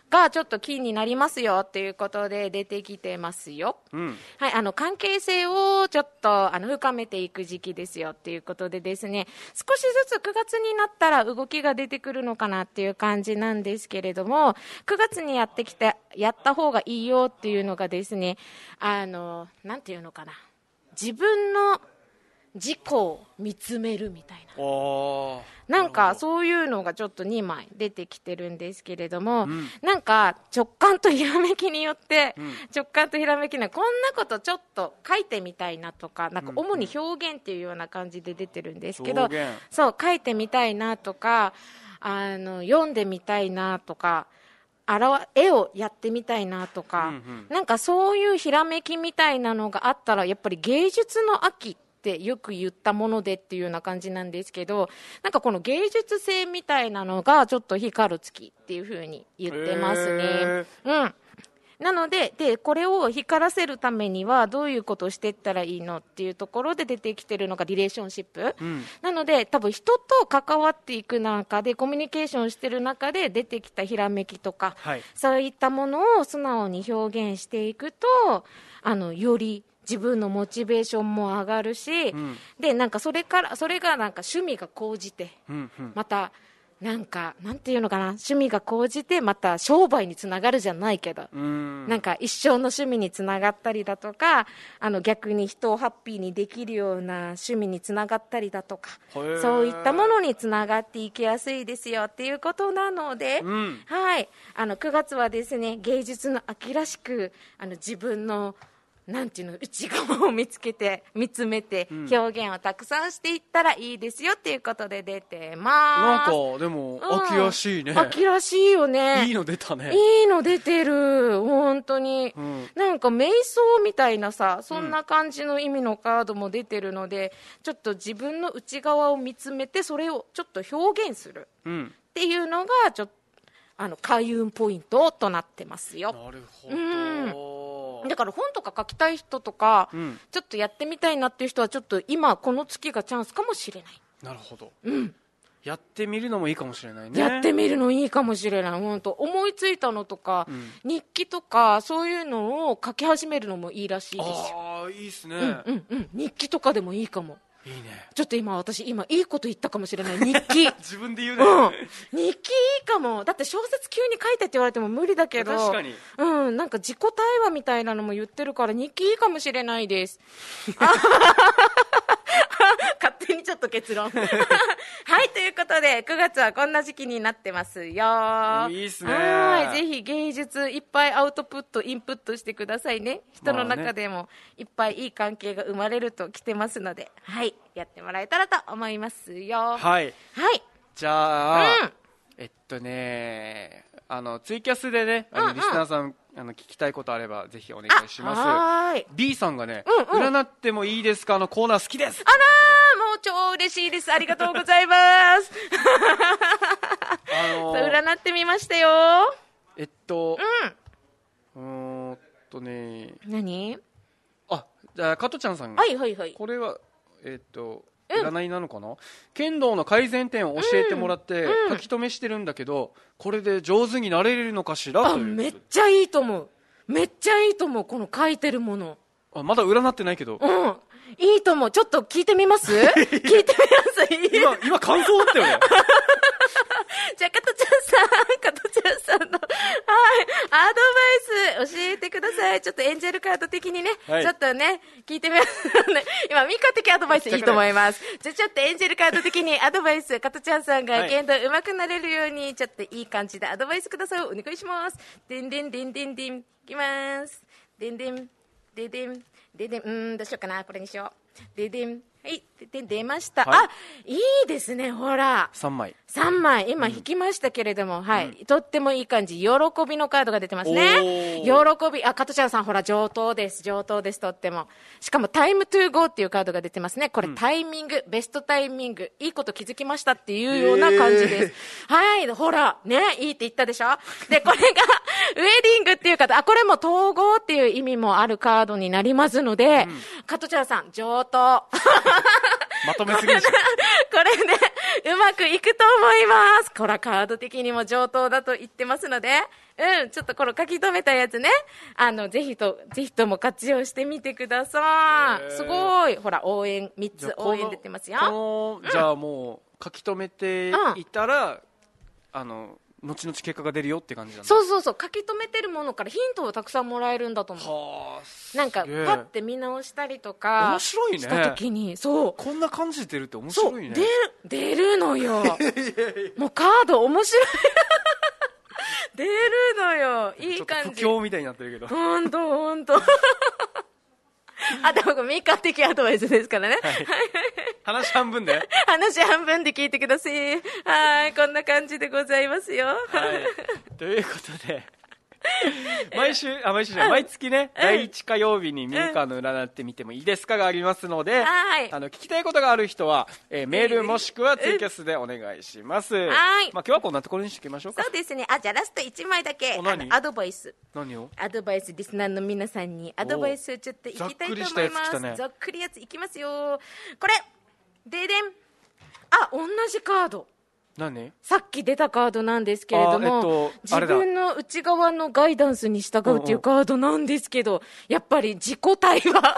Speaker 2: がちょっとキーになりますよっていうことで出てきてますよ。
Speaker 1: うん
Speaker 2: はい、あの関係性をちょっとあの深めていく時期ですよっていうことでですね少しずつ9月になったら動きが出てくるのかなっていう感じなんですけれども9月にやってきてやった方がいいよっていうのがですねあのなんていうのかな自分の自己を見つめるみたい
Speaker 1: あ
Speaker 2: な。
Speaker 1: ー
Speaker 2: なんか
Speaker 1: る
Speaker 2: そういうのがちょっと2枚出てきてるんですけれども、なんか直感とひらめきによって、直感とひらめきのこんなことちょっと書いてみたいなとかなんか主に表現っていうような感じで出てるんですけど、
Speaker 1: 表現
Speaker 2: そう書いてみたいなとかあの読んでみたいなとかあらわ絵をやってみたいなとか、
Speaker 1: うんうん
Speaker 2: なんかそういうひらめきみたいなのがあったらやっぱり芸術の秋ってよく言ったものでっていうような感じなんですけどなんかこの芸術性みたいなのがちょっと光る月っていうふうに言ってますね。
Speaker 1: へ
Speaker 2: うんなのでで、これを光らせるためにはどういうことをしていったらいいのっていうところで出てきてるのがリレーションシップ、
Speaker 1: ん
Speaker 2: なので多分人と関わっていく中でコミュニケーションしてる中で出てきたひらめきとか、
Speaker 1: はい
Speaker 2: そういったものを素直に表現していくとあのより自分のモチベーションも上がるし、でなんかそれからそれがなんか趣味が高じて
Speaker 1: うんうん
Speaker 2: またなんかなんていうのかな趣味が高じてまた商売につながるじゃないけど、
Speaker 1: うん
Speaker 2: なんか一生の趣味につながったりだとかあの逆に人をハッピーにできるような趣味につながったりだとか
Speaker 1: へー
Speaker 2: そういったものにつながっていきやすいですよっていうことなので、
Speaker 1: うん
Speaker 2: はい、あの9月はですね芸術の秋らしくあの自分のなんていうの内側を見つけて見つめて表現をたくさんしていったらいいですよっていうことで出て
Speaker 1: なん
Speaker 2: ま
Speaker 1: か
Speaker 2: す
Speaker 1: でも
Speaker 2: うん
Speaker 1: 秋らしいね
Speaker 2: 秋らしいよね
Speaker 1: いいの出たね
Speaker 2: いいの出てる、本当に。
Speaker 1: うん
Speaker 2: なんか瞑想みたいなさ、そんな感じの意味のカードも出てるので、ちょっと自分の内側を見つめて、それをちょっと表現する
Speaker 1: うん
Speaker 2: っていうのが、ちょっと、あの、開運ポイントとなってますよ。
Speaker 1: なるほ
Speaker 2: うん
Speaker 1: ど
Speaker 2: だから本とか書きたい人とか、
Speaker 1: うん
Speaker 2: ちょっとやってみたいなっていう人は、ちょっと今、この月がチャンスかもしれない。
Speaker 1: なるほどやってみるのもいいかもしれないね
Speaker 2: やってみるのいいかもしれない、本当、思いついたのとか、
Speaker 1: ん
Speaker 2: 日記とか、そういうのを書き始めるのもいいらしいですよ、
Speaker 1: ああいいっすね
Speaker 2: うんうん、日記とかでもいいかも、
Speaker 1: いいね
Speaker 2: ちょっと今、私、今、いいこと言ったかもしれない、日
Speaker 1: *laughs*
Speaker 2: 記、うん、日
Speaker 1: 自分で言うね
Speaker 2: *laughs* 記いいかも、だって小説、急に書いてって言われても無理だけど、
Speaker 1: 確かに
Speaker 2: うん、なんか自己対話みたいなのも言ってるから、日記いいかもしれない
Speaker 1: *laughs*
Speaker 2: です。勝手にちょっと結論。 *laughs* はい、ということで、9月はこんな時期になってますよ。い
Speaker 1: いいっすね
Speaker 2: はい、ぜひ芸術いっぱいアウトプット、インプットしてくださいね。人の
Speaker 1: まあね
Speaker 2: 中でもいっぱいいい関係が生まれると来てますので、はい、やってもらえたらと思いますよ。は
Speaker 1: はい
Speaker 2: い。
Speaker 1: じゃあ、
Speaker 2: うん
Speaker 1: えっとねあのツイキャスでねあの、
Speaker 2: うんうん
Speaker 1: リスナーさんあの聞きたいことあればぜひお願いします
Speaker 2: はーい。
Speaker 1: B さんがね、
Speaker 2: うんうん
Speaker 1: 占ってもいいですかのコーナー好きです
Speaker 2: あらー、もう超嬉しいです。ありがとうございます。
Speaker 1: あの
Speaker 2: *laughs* そう
Speaker 1: ー
Speaker 2: 占ってみましたよ。
Speaker 1: えっとうーんとね
Speaker 2: 何
Speaker 1: あじゃあ加トちゃんさんが
Speaker 2: はいはいはい。
Speaker 1: これはえっと
Speaker 2: うん
Speaker 1: 占いなのかな、剣道の改善点を教えてもらって、書き留めしてるんだけどこれで上手になれるのかしら
Speaker 2: あ、
Speaker 1: という
Speaker 2: めっちゃいいと思う。めっちゃいいと思う、この書いてるもの。
Speaker 1: あまだ占ってないけど
Speaker 2: うん。いいと思う。ちょっと聞いてみ *laughs* ます聞いてみますいい
Speaker 1: 今今感想だったよね
Speaker 2: *laughs* じゃあ、加トちゃんさん、加トちゃんさんの、はい、アドバイス教えてください。ちょっとエンジェルカード的にね、
Speaker 1: はい
Speaker 2: ちょっとね、聞いてみます。今、ミカ的アドバイスいいと思います。じゃあ、ちょっとエンジェルカード的にアドバイス、加トちゃんさん
Speaker 1: は
Speaker 2: が
Speaker 1: い
Speaker 2: 剣道上手くなれるように、ちょっといい感じでアドバイスください。お願いします。でんでんでんでんでん、いきます。でんでん、でんでん、でんでん、うーん、どうしようかな、これにしよう。でんでん、はい、でんでん、出ました。
Speaker 1: はい
Speaker 2: あ、いいですね、ほら。
Speaker 1: 3枚
Speaker 2: 3枚、今引きましたけれども、はい、とってもいい感じ、喜びのカードが出てます
Speaker 1: おー
Speaker 2: ね。喜び、あ、加トちゃんさん、ほら、上等です、上等です、とっても。しかも、タイムトゥーゴーっていうカードが出てますね。これ、タイミング、ベストタイミング、いいこと気づきましたっていうような感じです。はい、ほら、ね、いいって言ったでしょで、これが、ウェディングっていう方、あ、これも統合っていう意味もあるカードになりますので、加トちゃんさん、上等。
Speaker 1: まとめすぎでしょ
Speaker 2: これね、うまくいくと思います。こら、カード的にも上等だと言ってますので、うん、ちょっとこの書き留めたやつね、あの、ぜひと、ぜひとも活用してみてくださ
Speaker 1: へー
Speaker 2: い。すごい。ほら、応援、3
Speaker 1: じゃ
Speaker 2: つ
Speaker 1: あこ
Speaker 2: 応
Speaker 1: の
Speaker 2: 援出てますよ。
Speaker 1: このじゃあもう書き留めていたら、あの後々結果が出るよって感じなんだ
Speaker 2: そうそうそう、書き留めてるものからヒントをたくさんもらえるんだと思
Speaker 1: はあす
Speaker 2: う。なんか、パ
Speaker 1: すげえ
Speaker 2: ッて見直したりとか、
Speaker 1: 面白いね
Speaker 2: した時に、そう。
Speaker 1: こんな感じで出るって面
Speaker 2: そ
Speaker 1: 白
Speaker 2: う、
Speaker 1: いね
Speaker 2: 出る、出る
Speaker 1: *laughs*
Speaker 2: のよ。もうカード面白い。 *laughs* 出るのよ。い
Speaker 1: ちょ
Speaker 2: い
Speaker 1: っと
Speaker 2: 感
Speaker 1: 不
Speaker 2: じ。
Speaker 1: 況みたいになってるけど
Speaker 2: ほんと、ほんと。 *laughs* あ、でもこれ、ミカ的アドバイスですからね。
Speaker 1: 話半分ではい
Speaker 2: *laughs* 話半分で聞いてください。はい、こんな感じでございますよ。 *laughs*
Speaker 1: ということで毎週あ毎週じゃない毎月ね第1火曜日に「ミルカーの占ってみてもいいですか?」がありますので
Speaker 2: はい
Speaker 1: あの聞きたいことがある人は、えーメールもしくはツイキャスでお願いします
Speaker 2: はい
Speaker 1: まあ、今日はこんなところにしておきましょうか
Speaker 2: そうですね。あ、じゃあラスト1枚だけ、
Speaker 1: お
Speaker 2: あ
Speaker 1: 何
Speaker 2: のアドバイス。
Speaker 1: 何を
Speaker 2: アドバイスリスナーの皆さんにアドバイスをちょっといきたいと思
Speaker 1: ざっく
Speaker 2: い
Speaker 1: りしたやつ
Speaker 2: ま
Speaker 1: 来た
Speaker 2: す、
Speaker 1: ね
Speaker 2: ざっくりやついきますよこれででんあ同じカード
Speaker 1: 何
Speaker 2: さっき出たカードなんですけれど
Speaker 1: あ
Speaker 2: も、
Speaker 1: えっとあ
Speaker 2: 自
Speaker 1: れだ
Speaker 2: 分の内側のガイダンスに従うっていうカードなんですけど、やっぱり自己対話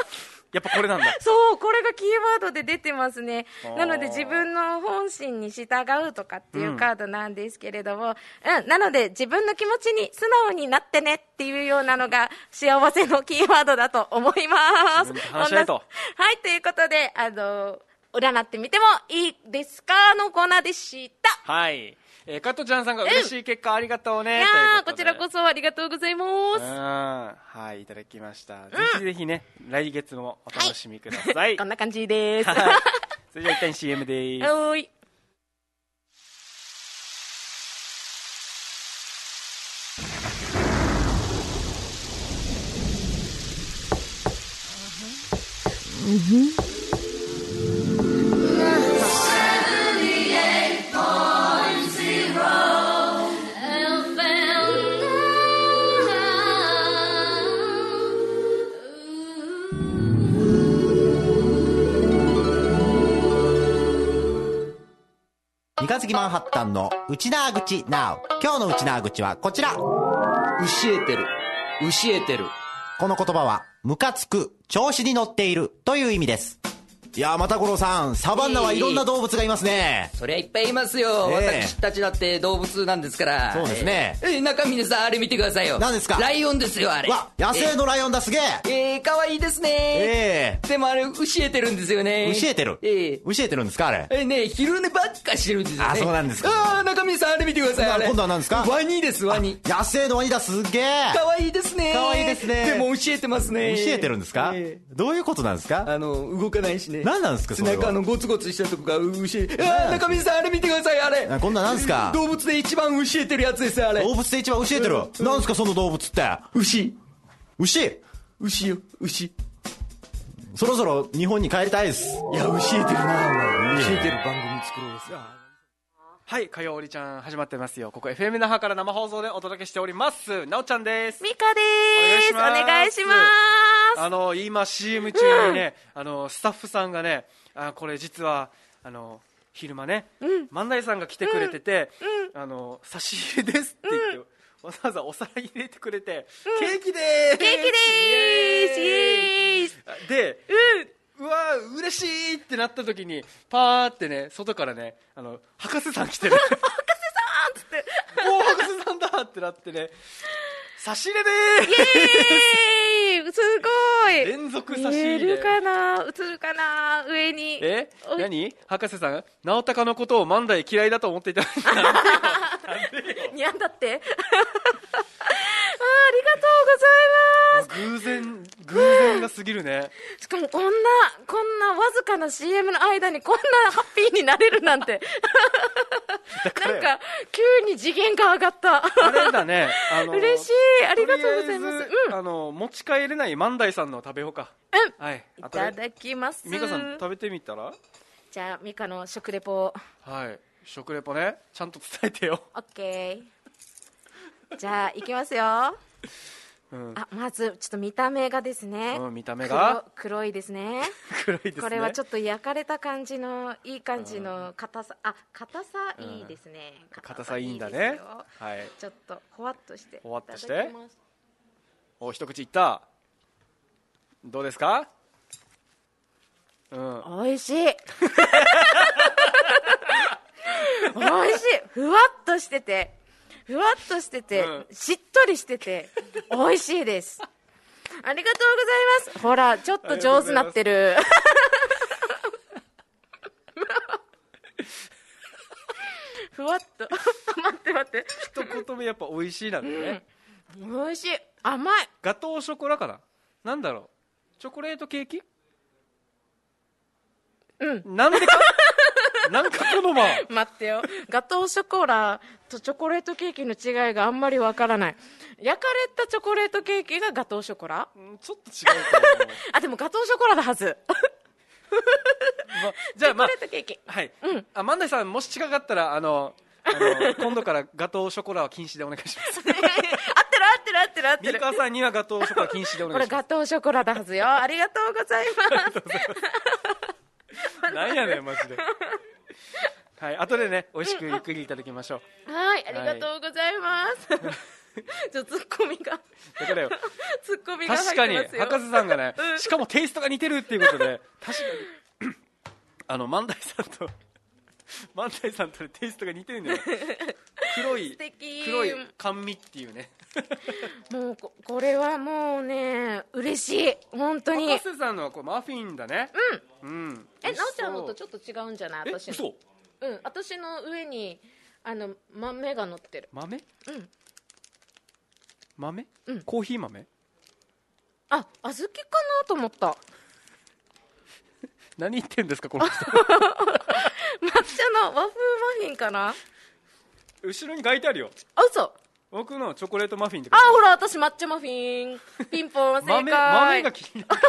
Speaker 1: やっぱこれなん
Speaker 2: *laughs*
Speaker 1: だ
Speaker 2: そうこれがキーワードで出てますね
Speaker 1: あー
Speaker 2: なので自分の本心に従うとかっていううんカードなんですけれども、うんなので自分の気持ちに素直になってねっていうようなのが幸せのキーワードだと思います
Speaker 1: 自分と話し合えと
Speaker 2: こんなはいということであの占ってみてもいいですかのコーナーでした
Speaker 1: はい、えー、加トちゃんさんが嬉しい結果ありがとうね、
Speaker 2: いやー
Speaker 1: と
Speaker 2: こ
Speaker 1: いうと
Speaker 2: ち
Speaker 1: で
Speaker 2: らこそありがとうございま
Speaker 1: うん
Speaker 2: す
Speaker 1: はいいただきました、ぜひぜひね来月もお楽しみください、
Speaker 2: こんな感じ *laughs* です
Speaker 1: はいそれじゃあ一旦 CM で
Speaker 2: *laughs*
Speaker 1: ーす
Speaker 2: はーい
Speaker 5: 三日月マンハッタンの内縄口 NOW 今日の内縄口はこちらこ
Speaker 6: 教えてる。教えてる。
Speaker 5: の言葉はムカつく調子に乗っているという意味ですいやーまた五郎さんサバンナはいろんな動物がいますね
Speaker 6: そりゃいっぱいいますよ。
Speaker 5: ええ
Speaker 6: 私たちだって動物なんですから。
Speaker 5: そうですね
Speaker 6: ええ。ええ中峰さん、あれ見てくださいよ。
Speaker 5: 何ですか
Speaker 6: ライオンですよ、あれ。
Speaker 5: わ野生のライオンだすげえ
Speaker 6: えええ、かわいいですね。
Speaker 5: え
Speaker 6: でもあれ、教えてるんですよね。
Speaker 5: え教えてる
Speaker 6: ええ
Speaker 5: 教えてるんですかあれ
Speaker 6: ええね昼寝ばっかしてるんですよ、ね。
Speaker 5: あそうなんですか
Speaker 6: ああ、中峰さん、あれ見てください、あれ。
Speaker 5: 今度は何ですか
Speaker 6: ワニです、ワニ。
Speaker 5: 野生のワニだすげえ
Speaker 6: かわいいですね。
Speaker 5: かわいいですね
Speaker 6: でも教えてます
Speaker 5: 教
Speaker 6: ね。
Speaker 5: えてるんですか
Speaker 6: ええ
Speaker 5: どういうことなんですか
Speaker 6: あの、動かないしね。
Speaker 5: 何なんですかそ
Speaker 6: 背
Speaker 5: れは
Speaker 6: 中のゴツゴツしたとこが牛。ああ、中水さん、あれ見てください、あれ。
Speaker 5: あこんななんすか
Speaker 6: 動物で一番教えてるやつですよ、あれ。
Speaker 5: 動物で一番教えてる
Speaker 6: うん
Speaker 5: なんですかその動物って
Speaker 6: 牛。
Speaker 5: 牛
Speaker 6: 牛よ、牛。い
Speaker 5: そろそろ日本に帰りたいです
Speaker 6: や、教えてるな、お前教えてる番組作ろうですよ。
Speaker 1: はい火曜おりちゃん始まってますよここ FM 那覇から生放送でお届けしておりますなおちゃんです
Speaker 2: ミカです
Speaker 1: お願いします
Speaker 2: お願いします
Speaker 1: あの今 CM 中にね、あのスタッフさんがねあこれ実はあの昼間ね、万代さんが来てくれてて、あの差し入れですって言って、わざわざお皿入れてくれて、ケーキでーす
Speaker 2: ケーキでーすイエーイ
Speaker 1: で、うわー嬉しいってなった時にパーってね外からねあの博士さん来て
Speaker 2: *laughs*
Speaker 1: る博士さんっつっておー博士さんだってなってね差し入れで
Speaker 2: イエーイすご
Speaker 1: ー
Speaker 2: い
Speaker 1: 連続差し
Speaker 2: 見え
Speaker 1: 入
Speaker 2: る
Speaker 1: れ
Speaker 2: かな映るかな上に
Speaker 1: え
Speaker 2: おい
Speaker 1: 何博士さん直隆のことを万代嫌いだと思っていた
Speaker 2: にゃんだってあーありがとうございま
Speaker 1: 偶然偶然が過ぎるね
Speaker 2: すしかもこんなこんなわずかな CM の間にこんなハッピーになれるなんて
Speaker 1: から
Speaker 2: なん
Speaker 1: よ
Speaker 2: か急に次元が上がった
Speaker 1: あれだねあの
Speaker 2: 嬉しいありがとうございま
Speaker 1: とり
Speaker 2: す
Speaker 1: あえず
Speaker 2: うん
Speaker 1: あの持ち帰れない万代さんの食べようか
Speaker 2: う
Speaker 1: はい
Speaker 2: んいただきます
Speaker 1: 美香さん食べてみたら
Speaker 2: じゃあミカの食レポを
Speaker 1: はい食レポねちゃんと伝えてよ *laughs*
Speaker 2: オッケーじゃあいきますよ
Speaker 1: うん、
Speaker 2: あまずちょっと見た目がですね、
Speaker 1: うん見た目が
Speaker 2: 黒黒いですね
Speaker 1: 黒いですね
Speaker 2: これはちょ
Speaker 1: ょっ
Speaker 2: っと焼かれた感じのいい感じの硬さあ硬さいいですね、
Speaker 1: 硬さいいんだ
Speaker 2: 硬さいい
Speaker 1: ね
Speaker 2: ですよ
Speaker 1: はい
Speaker 2: ちょっとほわっとして
Speaker 1: ほわっとして
Speaker 2: いただきます
Speaker 1: お一口いったどうですかうん
Speaker 2: 美味しい美味しいふわっとしててふわっとしてて、
Speaker 1: うん
Speaker 2: しっとりしてて美味しいですありがとうございますほらちょっと上手なってるふわっと *laughs* 待って待って
Speaker 1: 一言目やっぱ美味しいなんだよね、
Speaker 2: 美味しい甘い
Speaker 1: ガトーショコラかななんだろうチョコレートケーキうんなんでか *laughs* なんかこのま
Speaker 2: 待ってよガトーショコラとチョコレートケーキの違いがあんまりわからない焼かれたチョコレートケーキがガトーショコラ
Speaker 1: うんちょっと違うと思う、
Speaker 2: あでもガトーショコラだはず
Speaker 1: ま、じゃあまあ
Speaker 2: チョコレートケーキ
Speaker 1: はい、あ万代さんもし違かったらあのあの今度からガトーショコラは禁止でお願いし *laughs* ます
Speaker 2: 合ってる合ってる合ってる合って
Speaker 1: 三
Speaker 2: る
Speaker 1: 川さんにはガトーショコラ禁止でお
Speaker 2: こ
Speaker 1: 願い
Speaker 2: れ
Speaker 1: しま
Speaker 2: ガトーショコラだはずよありがとうございます
Speaker 1: *laughs* す *laughs* なんやねんマジではい後でね美味しくゆっくりいただきましょう、
Speaker 2: はいありがとうございます、ちょっとツッコミが
Speaker 1: だからよ
Speaker 2: ツッコミが入
Speaker 1: 確
Speaker 2: っ
Speaker 1: か
Speaker 2: て
Speaker 1: に
Speaker 2: ますよ
Speaker 1: 博士さんがね、
Speaker 2: うん
Speaker 1: しかもテイストが似てるっていうことで確かにあの万代さんと万代さんとねテイストが似てるんだよね黒い
Speaker 2: 敵
Speaker 1: 黒い甘味っていうね
Speaker 2: もうここれはもうね嬉しい本当に
Speaker 1: 博士さんのはこうマフィンだねうん、うん、
Speaker 7: え、なおちゃんのと
Speaker 1: ょ
Speaker 7: ちょっと違うんじゃない
Speaker 1: え
Speaker 7: 私の。
Speaker 1: 嘘
Speaker 7: うん、私の上に、あの、豆が乗ってる。
Speaker 1: 豆
Speaker 7: うん
Speaker 1: 豆、
Speaker 7: うん
Speaker 1: コーヒー豆
Speaker 7: あ、小豆かなと思
Speaker 2: *laughs*
Speaker 7: った。
Speaker 1: 何言ってんですかこ
Speaker 7: *laughs*
Speaker 1: の人
Speaker 2: 抹茶の和風マフィンかな
Speaker 1: 後ろに書いてあるよ
Speaker 7: あ、嘘
Speaker 1: 僕のチョコレートマフィンって書
Speaker 7: あ
Speaker 1: いて、
Speaker 7: ほら、私抹茶マフィン。ピンポン、正
Speaker 1: あ
Speaker 7: 解。
Speaker 1: る豆豆が気になる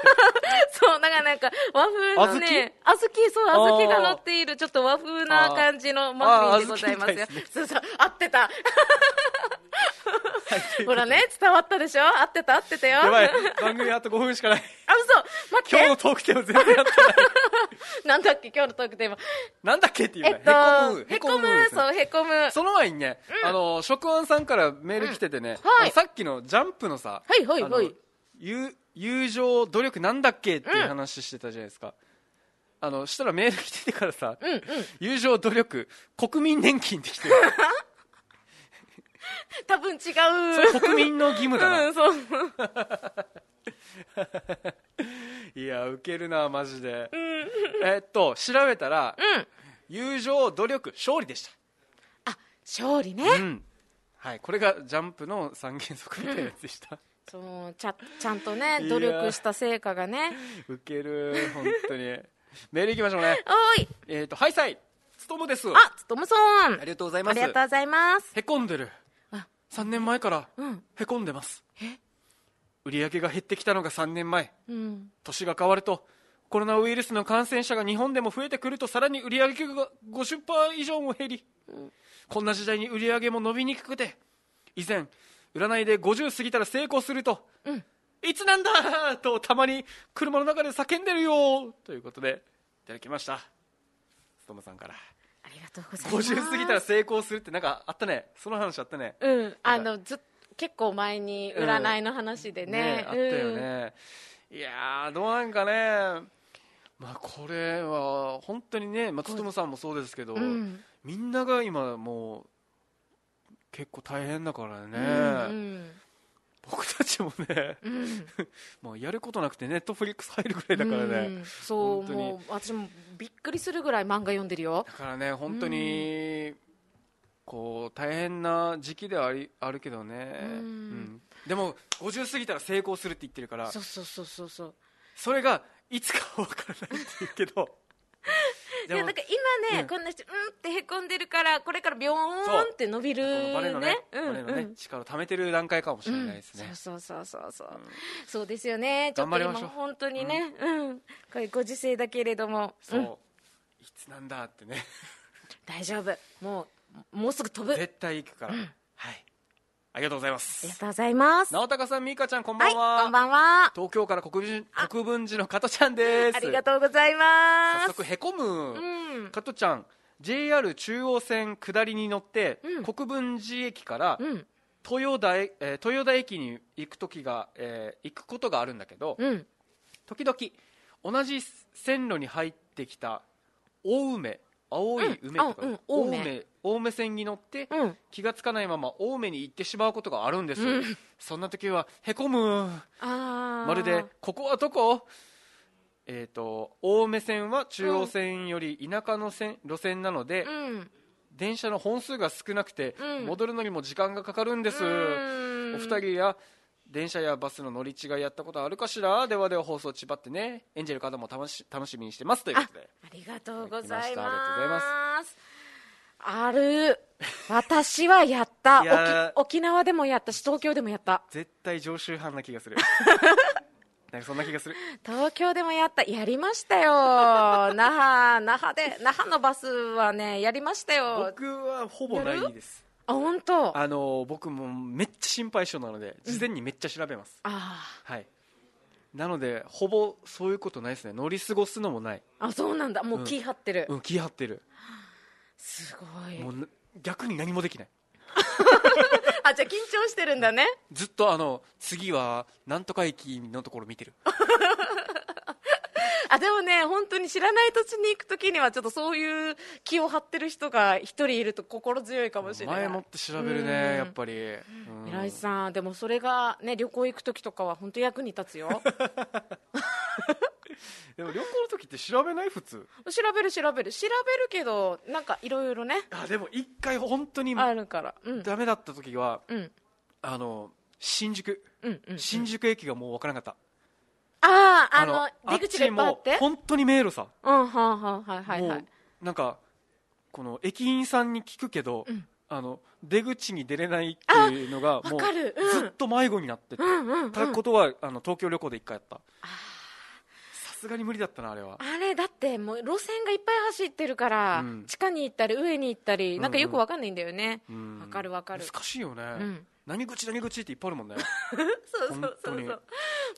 Speaker 2: そう、なんかなんか和風のね、小豆、そう、小豆が乗っている、ちょっと和風な感じのマフィンでございますよ
Speaker 1: あーあー小豆みたいで。
Speaker 2: そうそう、合ってた。ほらね、伝わったでしょ合ってた合ってたよ。
Speaker 1: やばい
Speaker 2: あ、
Speaker 1: 番組あと5分しかない
Speaker 2: 嘘待
Speaker 1: 今日
Speaker 2: っ
Speaker 1: のトークテーマ全然やってない
Speaker 2: てなんだっけ今日のトークテーマ。
Speaker 1: なんだっけっていう
Speaker 2: え
Speaker 1: ね
Speaker 2: っと、
Speaker 1: へ
Speaker 2: へ
Speaker 1: こむ
Speaker 2: こむ
Speaker 1: です、ね
Speaker 2: そう、へこむ。は
Speaker 1: その前にね、あの職安さんからメール来ててね、
Speaker 7: はい
Speaker 1: あのさっきのジャンプのさ、
Speaker 7: はいはいはい
Speaker 1: あの友友情努力なんだっけっていう話してたじゃないですか、あのしたらメール来ててからさ、友情努力国民年金って来てる
Speaker 2: 多分違う。
Speaker 1: それ国民の義務だな、
Speaker 2: うん、そう。
Speaker 1: いやウケるなマジで、えっと調べたら、友情努力勝利でした
Speaker 7: 勝利ね。
Speaker 1: うんはい、これがジャンプの三原則みたいなやつでした、
Speaker 2: そう、ちゃ、ちゃんとね
Speaker 1: いや、
Speaker 2: 努力した成果がね。
Speaker 1: ウケる本当に *laughs* メールいきましょうね
Speaker 2: おーい
Speaker 1: えっ、とハイサイつともですあ
Speaker 2: あ、トムソン
Speaker 1: りがとうござい
Speaker 2: あ
Speaker 1: ます
Speaker 2: りがとうございます。
Speaker 1: へこんでる3年前から
Speaker 2: うん
Speaker 1: へこんでます、売り上げが減ってきたのが3年前
Speaker 2: うん。
Speaker 1: 年が変わるとコロナウイルスの感染者が日本でも増えてくるとさらに売り上げが50%以上も減り、こんな時代に売り上げも伸びにくくて以前占いで50過ぎたら成功すると、いつなんだとたまに車の中で叫んでるよということでいただきましたつともさんから
Speaker 2: ありがとうございます。
Speaker 1: 50過ぎたら成功するってなんかあったねその話あったね
Speaker 7: うん。あの、ずっ結構前に占いの話でね。
Speaker 1: あったよ
Speaker 7: うん
Speaker 1: ね、いやーどうなんかねまあこれは本当にね松友さんもそうですけど、
Speaker 2: うん。
Speaker 1: みんなが今もう結構大変だからね、
Speaker 2: うん。
Speaker 1: 僕たちもね、 *laughs* もうやることなくてネットフリックス入るぐらいだからね、
Speaker 7: うんそう、
Speaker 1: 本当に
Speaker 7: もう、私もびっくりするぐらい漫画読んでるよ
Speaker 1: だ。からね本当に、こう大変な時期ではありあるけどね、
Speaker 7: うん
Speaker 1: うんでも50過ぎたら成功するって言ってるから
Speaker 7: そうそうそうそうそう。
Speaker 1: それがいつかわからないっていうけど
Speaker 2: *laughs* いや、なんか今ね、
Speaker 1: うん
Speaker 2: こんな人、うんってへこんでるから、これからビョーンって伸びる
Speaker 1: このバネのね
Speaker 2: ね。
Speaker 1: バネのね、力を貯めてる段階かもしれないですね、
Speaker 2: そうそうそうそうそう、そうですよねちょっ
Speaker 1: 頑張
Speaker 2: と
Speaker 1: り
Speaker 2: 今
Speaker 1: ましょう
Speaker 2: 本当にねうん、こういうご時世だけれども
Speaker 1: そううんいつなんだってね
Speaker 2: 大丈夫もうもうすぐ飛ぶあり
Speaker 1: 絶対行くから、はいありがとうございます
Speaker 2: がとうございますは
Speaker 1: 直高さん美香ちゃんこんば
Speaker 2: い
Speaker 1: んは、
Speaker 2: こんばんは
Speaker 1: 東京から国分寺国分寺の加トちゃんです
Speaker 2: ありがとうございま
Speaker 1: 早
Speaker 2: す
Speaker 1: 速へこむ、
Speaker 2: うん
Speaker 1: 加トちゃん JR 中央線下りに乗って、国分寺駅から、
Speaker 2: うん
Speaker 1: 豊田へえー豊田駅に行く時が、えー行くことがあるんだけど、
Speaker 2: うん
Speaker 1: 時々同じ線路に入ってきた青梅青い梅とか、
Speaker 2: うんあうん
Speaker 1: 青
Speaker 2: 青
Speaker 1: 梅
Speaker 2: 梅
Speaker 1: 青梅線に乗って、
Speaker 2: うん
Speaker 1: 気がつかないまま青梅に行ってしまうことがあるんです、そんな時はへこむ
Speaker 2: あー
Speaker 1: まるでここはどこえー、と青梅線は中央線より田舎の線路線なので、
Speaker 2: うん
Speaker 1: 電車の本数が少なくて、
Speaker 2: うん
Speaker 1: 戻るのにも時間がかかるんです、
Speaker 2: うん
Speaker 1: お二人や電車やバスの乗り違いやったことあるかしらではでは放送ちばってねエンジェル方も楽し楽しみにしてますということで
Speaker 2: ありがとうござ
Speaker 1: いただきまし
Speaker 2: い
Speaker 1: たありがとうござい
Speaker 2: ます。ある。私はやっ
Speaker 1: いや
Speaker 2: た。沖沖縄でもやったし、東京でもやった。
Speaker 1: 絶対常習犯な気がす
Speaker 2: *laughs*
Speaker 1: るなんかそんな気がする
Speaker 2: 東京でもやった。やりましたよ。那覇、那覇で、那覇のバスはね、やりましたよ。
Speaker 1: 僕はほぼないです
Speaker 2: あ、本当。あ
Speaker 1: あの僕もめっちゃ心配性なので事前にめっちゃ調べます、
Speaker 2: あ
Speaker 1: はいなのでほぼそういうことないですね乗り過ごすのもない、
Speaker 2: ー。あ、そうなんだ。もう気張ってる。
Speaker 1: うん、気張ってる
Speaker 2: すご
Speaker 1: も
Speaker 2: い。
Speaker 1: うな逆に何もできない
Speaker 8: あ、じゃあ緊張してるんだね。
Speaker 1: ずっとあの次はなんとか駅のところ見てる
Speaker 8: あ、でもね、本当に知らない土地に行くときには、ちょっとそういう気を張ってる人が一人いると心強いかもしれない。
Speaker 1: 前もって調べるねやっぱり、うん
Speaker 2: 偉いさん、でもそれがね、旅行行くときとかは本当役に立つよ。
Speaker 1: でも旅行の時って調べない普通
Speaker 2: 調べる調べる。調べるけど、なんかいろいろね、
Speaker 1: あでも一回本当に
Speaker 2: あるから。うん。
Speaker 1: ダメだった時は、
Speaker 2: うん。
Speaker 1: あの新宿、
Speaker 2: うん。うん。
Speaker 1: 新宿駅がもう分からなかっ
Speaker 2: ああ、
Speaker 1: た
Speaker 2: あの、出口がいっぱいあって
Speaker 1: あっちも。本当に迷路さ
Speaker 2: うん、はんはん、はいはいは
Speaker 1: も
Speaker 2: い。
Speaker 1: うなんかこの駅員さんに聞くけど、あの出口に出れないっていうのがもう
Speaker 2: わかるうん
Speaker 1: ずっと迷子になってて、たことはあの東京旅行で一回やったさすがに無理だったなあれは
Speaker 2: あれ、だってもう路線がいっぱい走ってるから、
Speaker 1: うん
Speaker 2: 地下に行ったり上に行ったり、なんかよくわかんないんだよね。わ、
Speaker 1: ん
Speaker 2: かるわかる。
Speaker 1: 難しいよね、
Speaker 2: ん
Speaker 1: 何口何口っていっぱいあるもんね
Speaker 8: そうそうそ
Speaker 1: 本当
Speaker 8: う
Speaker 1: に
Speaker 8: そう。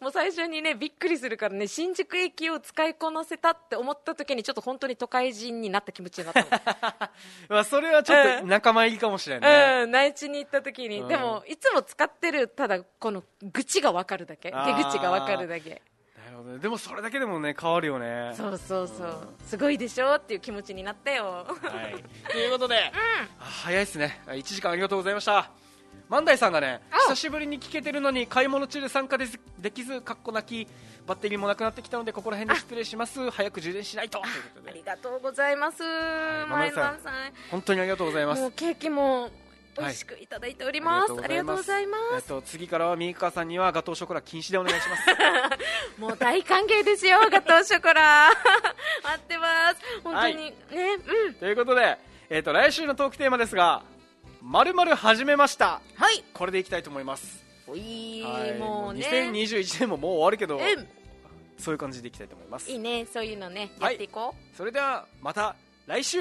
Speaker 8: もう最初にね、びっくりするからね、新宿駅を使いこなせたって思った時に、ちょっと本当に都会人になった気持ちになったもん。
Speaker 1: *laughs* まあそれはちょっと仲間入りかもしれないね、
Speaker 2: うん、内地に行った時に、
Speaker 1: うん
Speaker 2: でもいつも使ってるただこの愚痴がわかるだけ出
Speaker 1: あー
Speaker 2: 口がわかるだけ
Speaker 1: なるほどねでもそれだけでもね変わるよね
Speaker 2: そうそうそうすごいでしょっていう気持ちになったよ
Speaker 1: はい、ということで、あ早いですねあ1時間ありがとうございました万代さんがね久しぶりに聞けてるのに買い物中で参加でできずかっこ泣きバッテリーもなくなってきたのでここら辺で失礼します早く充電しないとということ
Speaker 8: あり
Speaker 1: で
Speaker 8: がとうございます。
Speaker 1: マ
Speaker 8: マ
Speaker 1: ナ
Speaker 8: イ
Speaker 1: さん
Speaker 8: マンさん。
Speaker 1: 本当にありがとうございます
Speaker 8: もうケーキも美味しくいただいております。ありがとうございま
Speaker 1: えっと次からはミーカーさんにはガトーショコラ禁止でお願いします
Speaker 8: す。もう大歓迎です *laughs* よ、ガトーショコラ。待ってます。本当に、
Speaker 1: は
Speaker 8: ね、うん。
Speaker 1: ということで、えっと来週のトークテーマですがまるまる始めました
Speaker 8: はい。
Speaker 1: これでいきたいと思います、
Speaker 8: おい、
Speaker 1: はい
Speaker 8: もうね。
Speaker 1: 2021年ももう終わるけど
Speaker 8: うん
Speaker 1: そういう感じでいきたいと思います
Speaker 8: いいね、そういうのね、
Speaker 1: は
Speaker 8: や
Speaker 1: い
Speaker 8: っていこう。
Speaker 1: それではまた来週